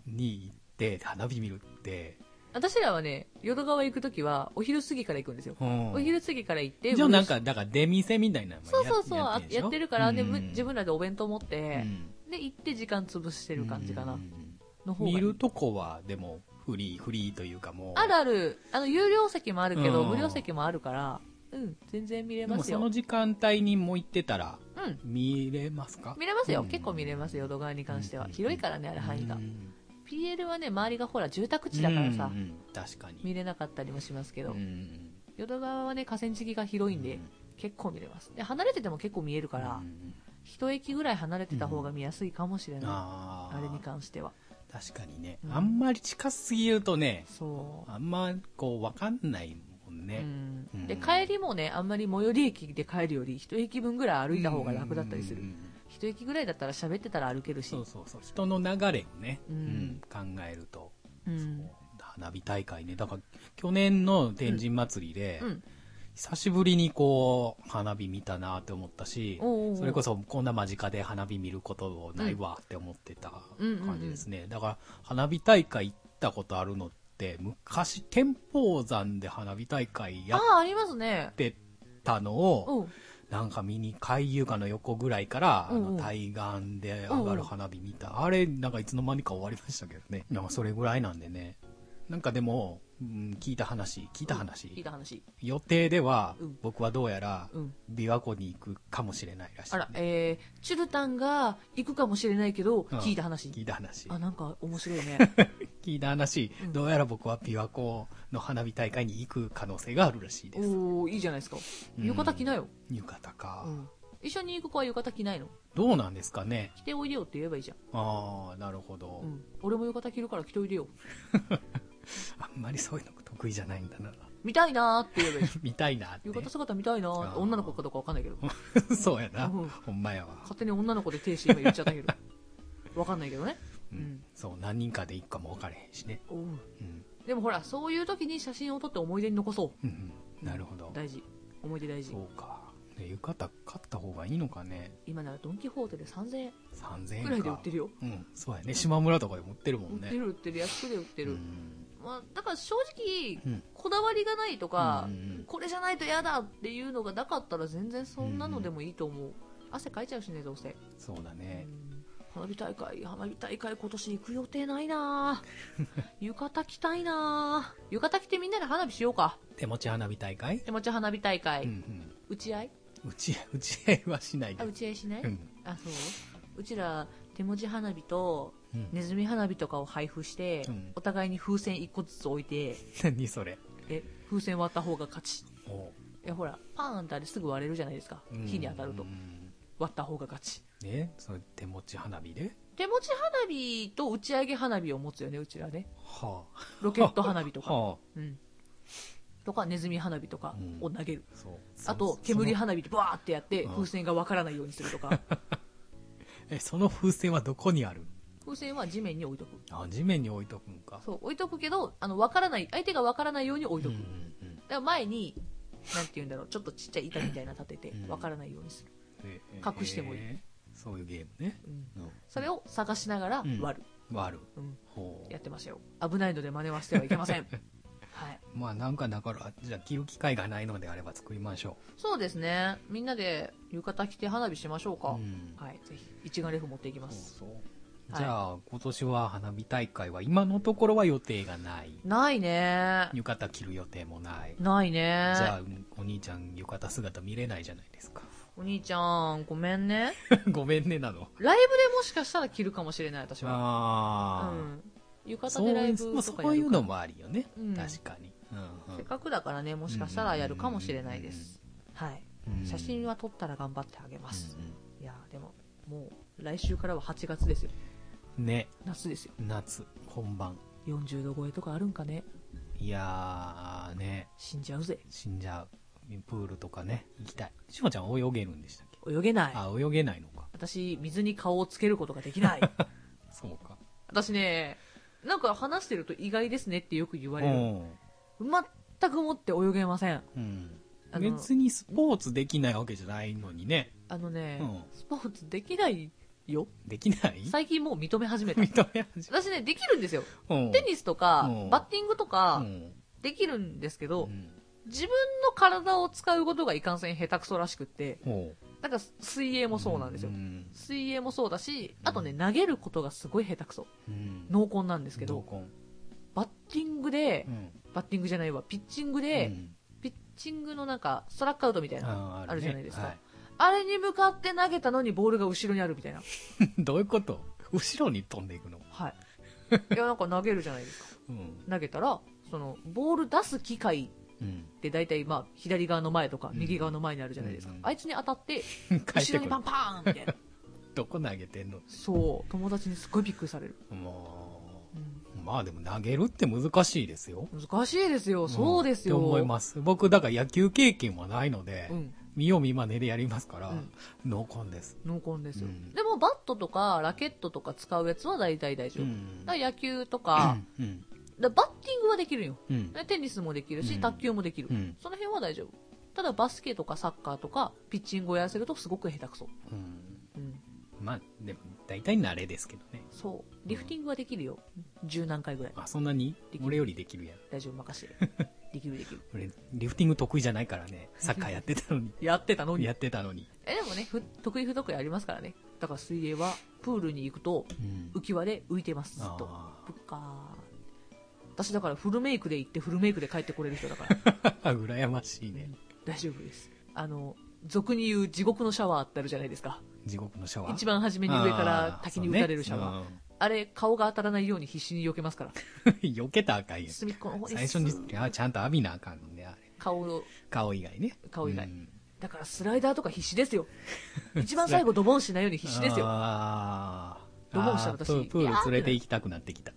Speaker 1: に行って、花火見るって。
Speaker 2: 私らはね、淀川行くときは、お昼過ぎから行くんですよ。
Speaker 1: うん
Speaker 2: お昼過ぎから行って、
Speaker 1: じゃあなんか、だから出店みたいなのも
Speaker 2: そうそうそう、
Speaker 1: や
Speaker 2: あ
Speaker 1: んでしょ
Speaker 2: やってるから、で、
Speaker 1: うん
Speaker 2: む自分らでお弁当持っ
Speaker 1: う
Speaker 2: て、
Speaker 1: ん
Speaker 2: で、行って時間潰してる感じかな。
Speaker 1: うん
Speaker 2: の方がいい
Speaker 1: 見るとこは、でも、フリー、フリーというかもう。
Speaker 2: あるある、あの、有料席もあるけど、
Speaker 1: うん
Speaker 2: 無料席もあるから、うん、全然見れ
Speaker 1: で
Speaker 2: ま
Speaker 1: も
Speaker 2: す
Speaker 1: そ
Speaker 2: よ。
Speaker 1: の時間帯にもう行ってたら、
Speaker 2: うん。
Speaker 1: 見れますか
Speaker 2: 見れますよ。
Speaker 1: うん
Speaker 2: 結構見れますよ、淀川に関しては。
Speaker 1: うん
Speaker 2: 広いからね、あれ範囲が
Speaker 1: う。ん
Speaker 2: PL はね、周りがほら、住宅地だからさ
Speaker 1: うん、うん確かに
Speaker 2: 見れなかったりもしますけ
Speaker 1: う
Speaker 2: ど、
Speaker 1: ん
Speaker 2: 淀川はね、河川敷が広いん
Speaker 1: う
Speaker 2: で
Speaker 1: ん、
Speaker 2: 結構見れます。で、離れてても結構見えるから
Speaker 1: う、ん
Speaker 2: 一駅ぐらい離れてた方が見やすいかもしれな
Speaker 1: あ
Speaker 2: い。
Speaker 1: ー
Speaker 2: あれに関しては。
Speaker 1: 確かにね、
Speaker 2: うん
Speaker 1: あんまり近すぎるとね
Speaker 2: そう。
Speaker 1: あんまこうわかんないもんね、
Speaker 2: うん、
Speaker 1: ん
Speaker 2: で帰りもねあんまり最寄り駅で帰るより一駅分ぐらい歩いた方が楽だったりする
Speaker 1: うんうんうん
Speaker 2: 一駅ぐらいだったら喋ってたら歩けるし
Speaker 1: そうそうそう人の流れをね、
Speaker 2: うん
Speaker 1: 考えると、
Speaker 2: うん
Speaker 1: 花火大会ねだから去年の天神祭りで、
Speaker 2: うん
Speaker 1: 久しぶりにこう花火見たなって思ったし
Speaker 2: おうおうおう
Speaker 1: それこそこんな間近で花火見ることないわって思ってた感じですね、だから花火大会行ったことあるのって昔天保山で花火大会や
Speaker 2: あ
Speaker 1: っ
Speaker 2: あありますね
Speaker 1: てたのを
Speaker 2: うん
Speaker 1: なんか見に海遊館の横ぐらいからあ
Speaker 2: おうお
Speaker 1: の
Speaker 2: う
Speaker 1: 対岸で上がる花火見たあれなんかいつの間にか終わりましたけどねなんかそれぐらいなんでねなんかでも、うん、聞いた話聞いた話、
Speaker 2: 聞いた話
Speaker 1: 予定では
Speaker 2: うん
Speaker 1: 僕はどうやら
Speaker 2: うん
Speaker 1: 琵琶湖に行くかもしれないらしい、
Speaker 2: あらえー、チュルタンが行くかもしれないけど、
Speaker 1: うん
Speaker 2: 聞いた話
Speaker 1: 聞いた話
Speaker 2: あなんか面白いね
Speaker 1: 聞いた話、
Speaker 2: うん
Speaker 1: どうやら僕は琵琶湖の花火大会に行く可能性があるらしいです
Speaker 2: おおいいじゃないですか
Speaker 1: うん
Speaker 2: 浴衣着なよ、
Speaker 1: 浴衣か、
Speaker 2: うん一緒に行く子は浴衣着ないの
Speaker 1: どうなんですかね
Speaker 2: 着ておいでよって言えばいいじゃん、
Speaker 1: ああなるほど、
Speaker 2: うん、俺も浴衣着るから着ておいでよ
Speaker 1: あんまりそういうの得意じゃないんだな
Speaker 2: 見たいなーって言えばいいじゃん
Speaker 1: 見たいなっ
Speaker 2: 浴衣
Speaker 1: て
Speaker 2: 姿見たいなーって
Speaker 1: あー
Speaker 2: 女の子かどうかわかんないけど
Speaker 1: そうやな、
Speaker 2: うん
Speaker 1: ほんまやわ、
Speaker 2: 勝手に女の子で亭主今言っちゃった けどわかんないけどね、う
Speaker 1: うん
Speaker 2: ん
Speaker 1: そう何人かで行くかも分かれへんしね、
Speaker 2: おう
Speaker 1: うん
Speaker 2: でもほらそういう時に写真を撮って思い出に残そ
Speaker 1: うんう、
Speaker 2: うん
Speaker 1: なるほど、
Speaker 2: 大事思い出大事
Speaker 1: そうかで浴衣買った方がいいのかね
Speaker 2: 今ならドン・キホーテで3000円
Speaker 1: 3000円か
Speaker 2: くらいで売ってるよ
Speaker 1: うん、そうやね島村とかでも売ってるも
Speaker 2: 売っ
Speaker 1: んね
Speaker 2: てる売ってる安くで売ってる、
Speaker 1: うん
Speaker 2: まあ、だから正直、
Speaker 1: うん
Speaker 2: こだわりがないとか、
Speaker 1: うんうんうん
Speaker 2: これじゃないと嫌だっていうのがなかったら全然そんなのでもいいと思う、汗かいちゃうしねどうせ、
Speaker 1: そうだ
Speaker 2: う
Speaker 1: ね、
Speaker 2: ん花火大会花火大会今年行く予定ない なぁ浴衣着たいなぁ浴衣着てみんなで花火しようか
Speaker 1: 手持ち花火大会、
Speaker 2: 手持ち花火大会、
Speaker 1: うん
Speaker 2: 打ち合い
Speaker 1: うん、打ち打ち合いはしないで
Speaker 2: あ打ち合いしない、
Speaker 1: うん
Speaker 2: あそううちら手持ち花火と
Speaker 1: うん
Speaker 2: ネズミ花火とかを配布して、
Speaker 1: うん
Speaker 2: お互いに風船1個ずつ置いて
Speaker 1: 何それ
Speaker 2: え風船割った方が勝ち
Speaker 1: おう
Speaker 2: いやほらパーンってあれすぐ割れるじゃないですか、
Speaker 1: うん
Speaker 2: 火に当たると
Speaker 1: うん
Speaker 2: 割った方が勝ち
Speaker 1: ねそれ手持ち花火で
Speaker 2: 手持ち花火と打ち上げ花火を持つよねうちらね
Speaker 1: は
Speaker 2: ロケット花火と
Speaker 1: あ
Speaker 2: か、
Speaker 1: は
Speaker 2: うん、とかネズミ花火とかを投げる、
Speaker 1: あそう
Speaker 2: あと
Speaker 1: そ
Speaker 2: 煙
Speaker 1: その
Speaker 2: 花火でバーってやって
Speaker 1: うん
Speaker 2: 風船がわからないようにするとか
Speaker 1: えその風船はどこにある
Speaker 2: 風船は地面に置いとく
Speaker 1: あ地面に置いとくんか
Speaker 2: そう置いとくけどあの分からない相手が分からないように置いと
Speaker 1: う
Speaker 2: く、
Speaker 1: ん
Speaker 2: だか
Speaker 1: うんうん
Speaker 2: ら前になんて言うんだろうちょっとちっちゃい板みたいなの立てて
Speaker 1: うん
Speaker 2: 分からないようにする、
Speaker 1: ええ
Speaker 2: 隠してもいい
Speaker 1: ええそういうゲームね、
Speaker 2: うん、
Speaker 1: うん、
Speaker 2: それを探しながら割る、
Speaker 1: 割る
Speaker 2: うん
Speaker 1: ほ
Speaker 2: やっ
Speaker 1: う
Speaker 2: てましたよ危ないので真似はしてはいけませ んはい
Speaker 1: まあなんかだからじゃあ着る機会がないのであれば作りましょ
Speaker 2: そうですねみんなで浴衣着て花火しましょう
Speaker 1: う、
Speaker 2: か、
Speaker 1: うん
Speaker 2: はいぜひ一眼レフ持っていきます
Speaker 1: そう
Speaker 2: はい
Speaker 1: じゃあ、今年は花火大会は今のところは予定がない
Speaker 2: ないね
Speaker 1: 浴衣着る予定もないじ
Speaker 2: ないね
Speaker 1: ゃあうんお兄ちゃん浴衣姿見れないじゃないですか
Speaker 2: お兄ちゃんごめんね
Speaker 1: ごめんねなの
Speaker 2: ライブでもしかしたら着るかもしれない私はう
Speaker 1: ああ、
Speaker 2: ん浴
Speaker 1: そ
Speaker 2: 衣でライ
Speaker 1: う
Speaker 2: ブと
Speaker 1: そ
Speaker 2: かや
Speaker 1: うい
Speaker 2: る
Speaker 1: う
Speaker 2: か
Speaker 1: のもありよね、
Speaker 2: うん
Speaker 1: 確かに、うんうん
Speaker 2: せっかくだからねもしかしたらやるかもしれないですはい
Speaker 1: うん
Speaker 2: 写真は撮ったら頑張ってあげます
Speaker 1: うん
Speaker 2: いやーでももう来週からは8月ですよ
Speaker 1: うんね
Speaker 2: 夏ですよ
Speaker 1: 夏本番
Speaker 2: 40度超えとかあるんかね
Speaker 1: いやーね
Speaker 2: 死んじゃうぜ
Speaker 1: 死んじゃうプールとかね行きたいしもちゃん泳げるんでしたっけ、
Speaker 2: 泳げない
Speaker 1: あ泳げないのか
Speaker 2: 私水に顔をつけることができない
Speaker 1: そうか
Speaker 2: 私ねなんか話してると意外ですねってよく言わ
Speaker 1: う
Speaker 2: れる。
Speaker 1: ん
Speaker 2: 全くもって泳げません。
Speaker 1: うん
Speaker 2: あの
Speaker 1: 別にスポーツできないわけじゃないのにね。
Speaker 2: あのね、
Speaker 1: うん
Speaker 2: スポーツできないよ。
Speaker 1: できない
Speaker 2: 最近もう認め始め た。
Speaker 1: 認め始
Speaker 2: 私ね、できるんですよ。
Speaker 1: めうん。
Speaker 2: テニスとか
Speaker 1: う、ん
Speaker 2: バッティングとか
Speaker 1: う、ん
Speaker 2: できるんですけ
Speaker 1: う
Speaker 2: ど、
Speaker 1: ん
Speaker 2: 自分の体を使うことがいかんせん下手くそらしくって、
Speaker 1: ほ
Speaker 2: なんか水泳もそうなんですよ。
Speaker 1: うん
Speaker 2: 水泳もそうだし、
Speaker 1: うん
Speaker 2: あとね、投げることがすごい下手くそ。
Speaker 1: うん
Speaker 2: 濃厚なんですけ
Speaker 1: 濃
Speaker 2: ど、
Speaker 1: 紺
Speaker 2: バッティングで
Speaker 1: う、ん
Speaker 2: バッティングじゃないわ、ピッチング
Speaker 1: う
Speaker 2: で、
Speaker 1: ん
Speaker 2: ピッチングのなんか、ストラックアウトみたいな。
Speaker 1: あ
Speaker 2: あるじゃないですか
Speaker 1: は
Speaker 2: あれに向かって投げたのにボールが後ろにあるみたいな。
Speaker 1: どういうこと後ろに飛んでいくの
Speaker 2: はい。いや、なんか投げるじゃないですか。
Speaker 1: うん
Speaker 2: 投げたら、その、ボール出す機械
Speaker 1: うん
Speaker 2: って大体まあ、左側の前とか、
Speaker 1: うん
Speaker 2: 右側の前にあるじゃないですか。
Speaker 1: うん
Speaker 2: あいつに当たって、
Speaker 1: 帰っ
Speaker 2: 後
Speaker 1: て
Speaker 2: ろ
Speaker 1: く
Speaker 2: に
Speaker 1: る
Speaker 2: パンパーンみたいな。
Speaker 1: どこ投げてんの
Speaker 2: そう。友達にすごいびっくりされる。
Speaker 1: も
Speaker 2: うん
Speaker 1: うまあでも投げるって難しいですよ
Speaker 2: 難しいですよ。そうですよ。
Speaker 1: んって思います僕だから野球経験はないので、
Speaker 2: うん。
Speaker 1: 見よう見まねでやりますから、
Speaker 2: うん
Speaker 1: 濃紺です
Speaker 2: 濃厚ですよ、
Speaker 1: うん
Speaker 2: でもバットとかラケットとか使うやつは大体大丈夫、
Speaker 1: ん
Speaker 2: だから野球とか,、
Speaker 1: うん
Speaker 2: だからバッティングはできるよ
Speaker 1: うん
Speaker 2: でテニスもできるし、
Speaker 1: うん
Speaker 2: 卓球もできる、
Speaker 1: うん
Speaker 2: その辺は大丈夫ただバスケとかサッカーとかピッチングをやらせるとすごく下手くそ、
Speaker 1: うん
Speaker 2: うん、
Speaker 1: まあでも大体慣れですけどね
Speaker 2: そうリフティングはできるよ十何回ぐらい
Speaker 1: あそんなに
Speaker 2: できる
Speaker 1: 俺よりできるやん
Speaker 2: 大丈夫任せ てできるできる
Speaker 1: 俺リフティング得意じゃないからねサッカーやってたのに
Speaker 2: やってたのに
Speaker 1: やってたのに、
Speaker 2: えでもねふ得意不得意ありますからねだから水泳はプールに行くと
Speaker 1: うん
Speaker 2: 浮き輪で浮いてますずっと
Speaker 1: あ
Speaker 2: ぷっかー私だからフルメイクで行ってフルメイクで帰ってこれる人 だから
Speaker 1: あ羨ましいね
Speaker 2: 大丈夫ですあの俗に言う地獄のシャワーってあるじゃないですか
Speaker 1: 地獄のシャワー
Speaker 2: 一番初めに上から滝に打たれるシャワーあ,、
Speaker 1: ー、
Speaker 2: れ顔が当たらないように必死に避けますから
Speaker 1: そうねうん 避けたらあかんやん
Speaker 2: 隅っこの方で
Speaker 1: 最
Speaker 2: す
Speaker 1: 初にあちゃんと浴びなあかんねあれ
Speaker 2: 顔を
Speaker 1: 顔以外ね
Speaker 2: 顔以外
Speaker 1: うん
Speaker 2: だからスライダーとか必死 ですよ一番最後ドボンしないように必死ですよ
Speaker 1: あー
Speaker 2: ドボンした
Speaker 1: あー
Speaker 2: 私
Speaker 1: プープ
Speaker 2: いや
Speaker 1: ー
Speaker 2: ー
Speaker 1: ル連れて行きたくなってきた。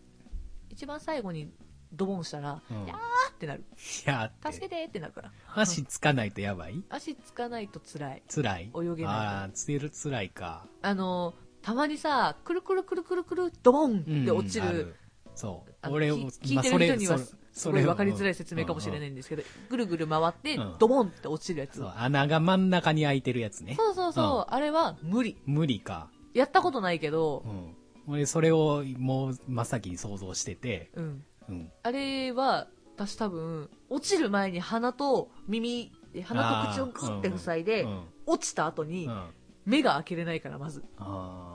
Speaker 2: 一番最後にドボンしたら、
Speaker 1: うん
Speaker 2: いやーってな
Speaker 1: い
Speaker 2: る
Speaker 1: やーっ
Speaker 2: 助け
Speaker 1: て。
Speaker 2: てーってなるから
Speaker 1: 足つかないとやばい
Speaker 2: 足つかないと辛い
Speaker 1: 辛い
Speaker 2: 泳げない
Speaker 1: ああ、つる辛いか。
Speaker 2: あのたまにさくるくるくるくるくるドボンって落ちる、
Speaker 1: うんあそう。
Speaker 2: あの
Speaker 1: 俺を、。
Speaker 2: き聞いてる人にはすすごい分かりづらい説明かもしれないいんですけど、ぐるぐる回って
Speaker 1: うん、
Speaker 2: ドボンって落ちるやつ。
Speaker 1: そう、穴が真ん中に開いてるやつね。
Speaker 2: そうそうそう、あれは無理。
Speaker 1: 無理か。
Speaker 2: やったことないけど
Speaker 1: う、ん。俺、それをもう真っ先に想像してて、
Speaker 2: うん。
Speaker 1: うん。
Speaker 2: あれは、私多分、落ちる前に鼻と耳、え鼻と口をグッて塞いで
Speaker 1: うんうん、
Speaker 2: 落ちた後
Speaker 1: う
Speaker 2: に
Speaker 1: ん。、あ
Speaker 2: 目が開けれないから、まず。
Speaker 1: あ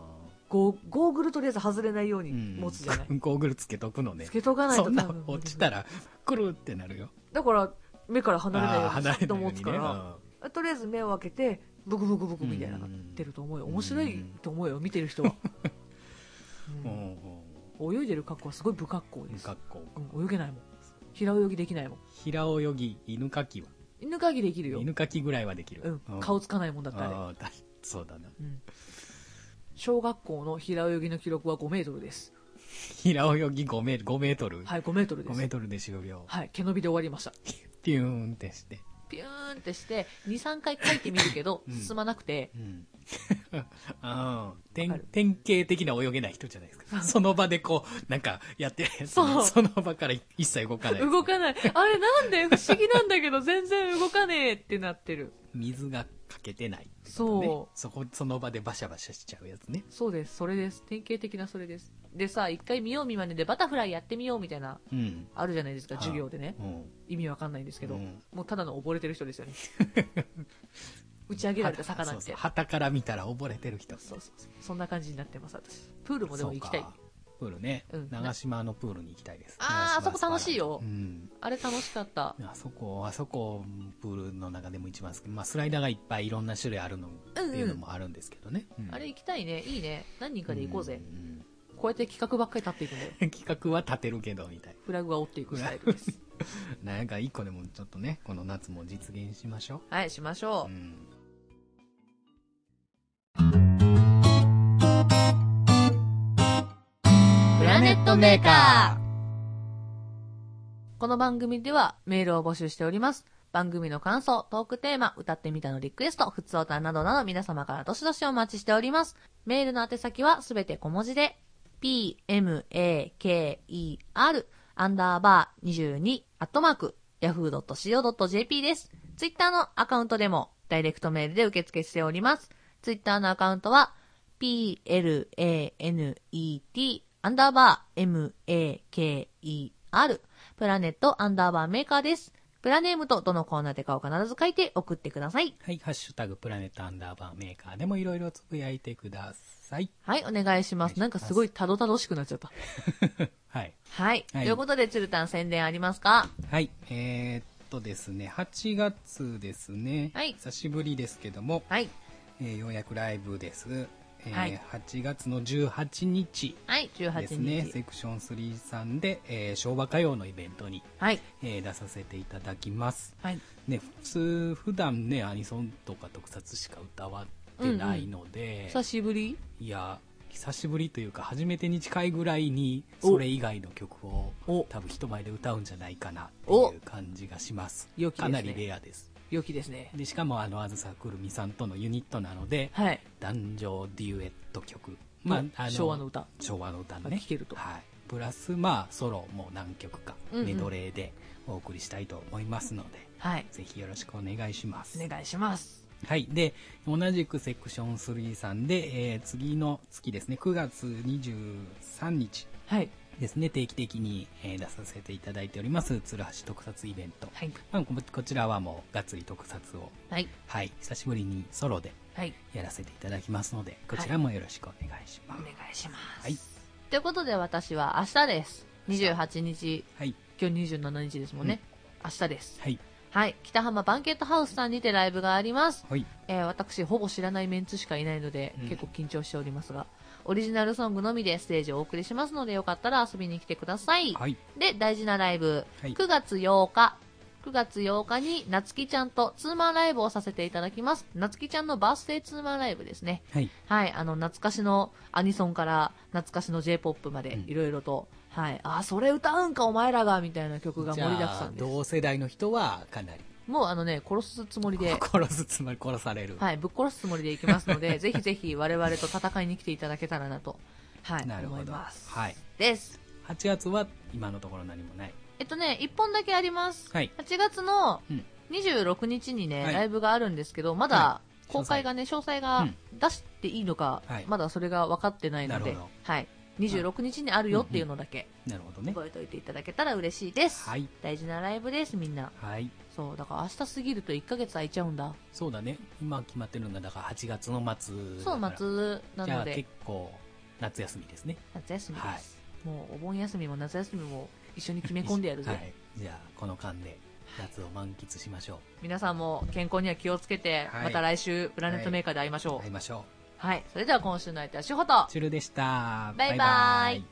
Speaker 2: ゴーゴーグルとりあえず外れないように
Speaker 1: ー。うん
Speaker 2: 持つじゃない。
Speaker 1: ゴーグルつけとくのね
Speaker 2: つ。けとかないと
Speaker 1: そ
Speaker 2: 多
Speaker 1: んな
Speaker 2: 分。
Speaker 1: 落ちたら、くるってなるよ。
Speaker 2: だから、目から離れないよう
Speaker 1: あー
Speaker 2: にずっと
Speaker 1: よう
Speaker 2: 持
Speaker 1: に
Speaker 2: つ
Speaker 1: ね
Speaker 2: から、とりあえず目を開けてブクブクブクみたいなのが出ると思うよ
Speaker 1: うん
Speaker 2: 面白いと思うよ見てる人は、
Speaker 1: う
Speaker 2: うんん
Speaker 1: うん
Speaker 2: 泳いでる格好はすごい不格好
Speaker 1: う
Speaker 2: で
Speaker 1: ん
Speaker 2: す、
Speaker 1: 学校
Speaker 2: うん、泳げないもん平泳ぎできないもん
Speaker 1: 平泳ぎ犬かきは
Speaker 2: 犬かきできるよ、
Speaker 1: 犬かきぐらいはできる、
Speaker 2: うん、顔つかないもんだったあれ、
Speaker 1: あーだそうだな
Speaker 2: うん、小学校の平泳ぎの記録は5メートルです
Speaker 1: 平泳ぎ5メ ,5 メートル、
Speaker 2: はい5メートルで
Speaker 1: 5メー
Speaker 2: す
Speaker 1: トルで終了
Speaker 2: はい毛伸びで終わりました
Speaker 1: ピューンってして、
Speaker 2: ピューンってして23回書いてみるけど、
Speaker 1: うん
Speaker 2: 進まなくて
Speaker 1: うん、 あー
Speaker 2: わか
Speaker 1: 典
Speaker 2: る
Speaker 1: 典型的な泳げない人じゃないですかその場でこうなんかやってるやつ
Speaker 2: そう
Speaker 1: その場から一切動かない
Speaker 2: 動かないあれなんで不思議なんだけど全然動かねえってなってる
Speaker 1: 水がかけてない、ね、
Speaker 2: そう
Speaker 1: そこその場でバシャバシャしちゃうやつね
Speaker 2: そうです、それです。典型的なそれです。でさ、一回見よう見まねでバタフライやってみようみたいな、
Speaker 1: うん
Speaker 2: あるじゃないですか、
Speaker 1: はい
Speaker 2: 授業でね。
Speaker 1: うん
Speaker 2: 意味わかんないんですけど、
Speaker 1: うん
Speaker 2: もうただの溺れてる人ですよ ね。打ち上げられた魚
Speaker 1: そう
Speaker 2: って。
Speaker 1: そう
Speaker 2: そう
Speaker 1: 旗から見たら溺れてる人
Speaker 2: そうそうそんな感じになってます、私。プールもでも行きたい
Speaker 1: そう。かプールね、
Speaker 2: うん
Speaker 1: 長島のプールに行きたいです
Speaker 2: あー
Speaker 1: 長島
Speaker 2: あそこ楽しいよ
Speaker 1: スパラうん
Speaker 2: あれ楽しかった。
Speaker 1: あそこあそこプールの中でも一番好き、まあ、スライダーがいっぱいいろんな種類あるのっていうのもあるんですけどね、うん
Speaker 2: あれ行きたいね。いいね。何人かで行こうぜ。
Speaker 1: ん
Speaker 2: こうやって企画ばっかり立っていくんだよ。
Speaker 1: うん企画は立てるけどみたい
Speaker 2: フラグは追っていくスタイルです。
Speaker 1: ななんか一個でもちょっとねこの夏も実現しましょ
Speaker 2: はい、しまし
Speaker 1: う、
Speaker 2: ょ
Speaker 1: う
Speaker 2: う。
Speaker 1: ん、
Speaker 2: プラネットメーカこの番組ではメールを募集しております。番組の感想、トークテーマ、歌ってみたのリクエスト、ふつおたなどなど皆様からどしどしお待ちしております。メールの宛先はすべて小文字で、 pmaker アンダーバー22アットマーク yahoo.co.jp です。ツイッターのアカウントでもダイレクトメールで受付しております。ツイッターのアカウントは planet アンダーバー maker プラネットアンダーバーメーカーです。プラネームとどのコーナーでかを必ず書いて送ってください。
Speaker 1: はい、ハッシュタグプラネットアンダーバーメーカーでもいろいろつぶやいてくださ い。
Speaker 2: はい、お願いします。なんかすごいたどたどしくなっちゃった。
Speaker 1: はい。
Speaker 2: はい。
Speaker 1: はい
Speaker 2: ということで、鶴田宣伝ありますか
Speaker 1: はい、えーっとですね、8月ですね、
Speaker 2: はい
Speaker 1: 久しぶりですけども、
Speaker 2: はい。
Speaker 1: えーようやくライブです。えー
Speaker 2: はい
Speaker 1: 8月の18日
Speaker 2: はい、18
Speaker 1: です
Speaker 2: 日。
Speaker 1: ね、セクション3さんで、えー昭和歌謡のイベントに、
Speaker 2: はい。
Speaker 1: えー出させていただきます。
Speaker 2: はい。
Speaker 1: ね、普通、普段ね、アニソンとか特撮しか歌わってないので、
Speaker 2: 久しぶり
Speaker 1: いや、久しぶりというか、初めてに近いぐらいに、それ以外の曲を
Speaker 2: お、
Speaker 1: 多分人前で歌うんじゃないかなっていう感じがします。
Speaker 2: 良きです
Speaker 1: か
Speaker 2: ね
Speaker 1: なりレアです。
Speaker 2: 良きですね。
Speaker 1: で、しかも、あの、あずさくるみさんとのユニットなので、
Speaker 2: はい。
Speaker 1: 男女デュエット曲。
Speaker 2: うん昭和の歌。
Speaker 1: 昭和の歌
Speaker 2: が
Speaker 1: ね。
Speaker 2: 聴けると
Speaker 1: はい。プラス、まあ、ソロも何曲か、
Speaker 2: うんうん
Speaker 1: メドレーでお送りしたいと思いますので、
Speaker 2: はい。
Speaker 1: ぜひよろしくお願いします。
Speaker 2: お願いします。
Speaker 1: はい。で、同じくセクション3さんで、えー次の月ですね、9月23日
Speaker 2: はい。
Speaker 1: ですね、定期的に、えー出させていただいております、鶴橋特撮イベント。
Speaker 2: はい。
Speaker 1: まあここちらはもう、がっつり特撮を、
Speaker 2: はい。
Speaker 1: はい、久しぶりにソロで
Speaker 2: はい。
Speaker 1: やらせていただきますので、こちらもよろしくお願いし
Speaker 2: お
Speaker 1: ます。
Speaker 2: 願いします。
Speaker 1: はい。
Speaker 2: ということで、私は明日です。28日、
Speaker 1: はい。
Speaker 2: 今日27日ですもんね。明日です。
Speaker 1: はい。
Speaker 2: はい。北浜バンケットハウスさんにてライブがあります。
Speaker 1: はい。
Speaker 2: えー私、ほぼ知らないメンツしかいないので、
Speaker 1: うん
Speaker 2: 結構緊張しておりますが、オリジナルソングのみでステージをお送りしますので、よかったら遊びに来てください。
Speaker 1: はい。
Speaker 2: で、大事なライブ、
Speaker 1: はい
Speaker 2: 9月8日、9月8日に、なつきちゃんとツーマンライブをさせていただきます。なつきちゃんのバースデーツーマンライブですね。
Speaker 1: はい。
Speaker 2: はい、あの、懐かしのアニソンから、懐かしの J-POP まで
Speaker 1: う、ん
Speaker 2: いろいろと、はい、あ、それ歌うんか、お前らが、みたいな曲が
Speaker 1: じ
Speaker 2: 盛りだく
Speaker 1: ゃ
Speaker 2: さ
Speaker 1: あ
Speaker 2: ん、です。
Speaker 1: 同世代の人はかなり、
Speaker 2: もう、あのね、殺すつもりで、
Speaker 1: 殺すつまり殺される。
Speaker 2: はい、ぶっ殺すつもりでいきます ので、ぜひぜひ我々と戦いに来ていただけたらなと、はい、
Speaker 1: なるほ
Speaker 2: 思い
Speaker 1: ど。
Speaker 2: ます。
Speaker 1: はい。
Speaker 2: です。
Speaker 1: 8月は今のところ何もない。
Speaker 2: えっとね、1本だけあります。
Speaker 1: はい。
Speaker 2: 8月の
Speaker 1: うん
Speaker 2: 26日にね、
Speaker 1: はい
Speaker 2: ライブがあるんですけど、まだ
Speaker 1: は
Speaker 2: 公開がね、詳細が
Speaker 1: うん
Speaker 2: 出していいのか、
Speaker 1: はい
Speaker 2: まだそれが分かってないの
Speaker 1: な
Speaker 2: で
Speaker 1: るほど、
Speaker 2: はい。26日にあるよっていうのだけ
Speaker 1: なるほどね。
Speaker 2: 覚えておいていただけたら嬉しいです。
Speaker 1: はい。
Speaker 2: 大事なライブです、みんな。
Speaker 1: はい。
Speaker 2: そう、だから明日過ぎると1ヶ月空いちゃうんだ。
Speaker 1: そうだね。今決まってるのが、だから8月の末だ
Speaker 2: そう、
Speaker 1: から。
Speaker 2: 夏な
Speaker 1: じゃ
Speaker 2: の
Speaker 1: あ
Speaker 2: で
Speaker 1: 結、構、夏休みですね。
Speaker 2: 夏休みです。
Speaker 1: はい
Speaker 2: もうお盆休みも夏休みも一緒に決め込んでやるぜ。
Speaker 1: はい。じゃあ、この間で、夏を満喫しましょ
Speaker 2: 皆さんも健康には気をつけて、
Speaker 1: はい
Speaker 2: また来週プラネットメーカーで会いまし
Speaker 1: う。
Speaker 2: ょう。
Speaker 1: 会いましょ
Speaker 2: はい。それでは今週の相手はしほと
Speaker 1: う。。チュルでした。
Speaker 2: バイバイ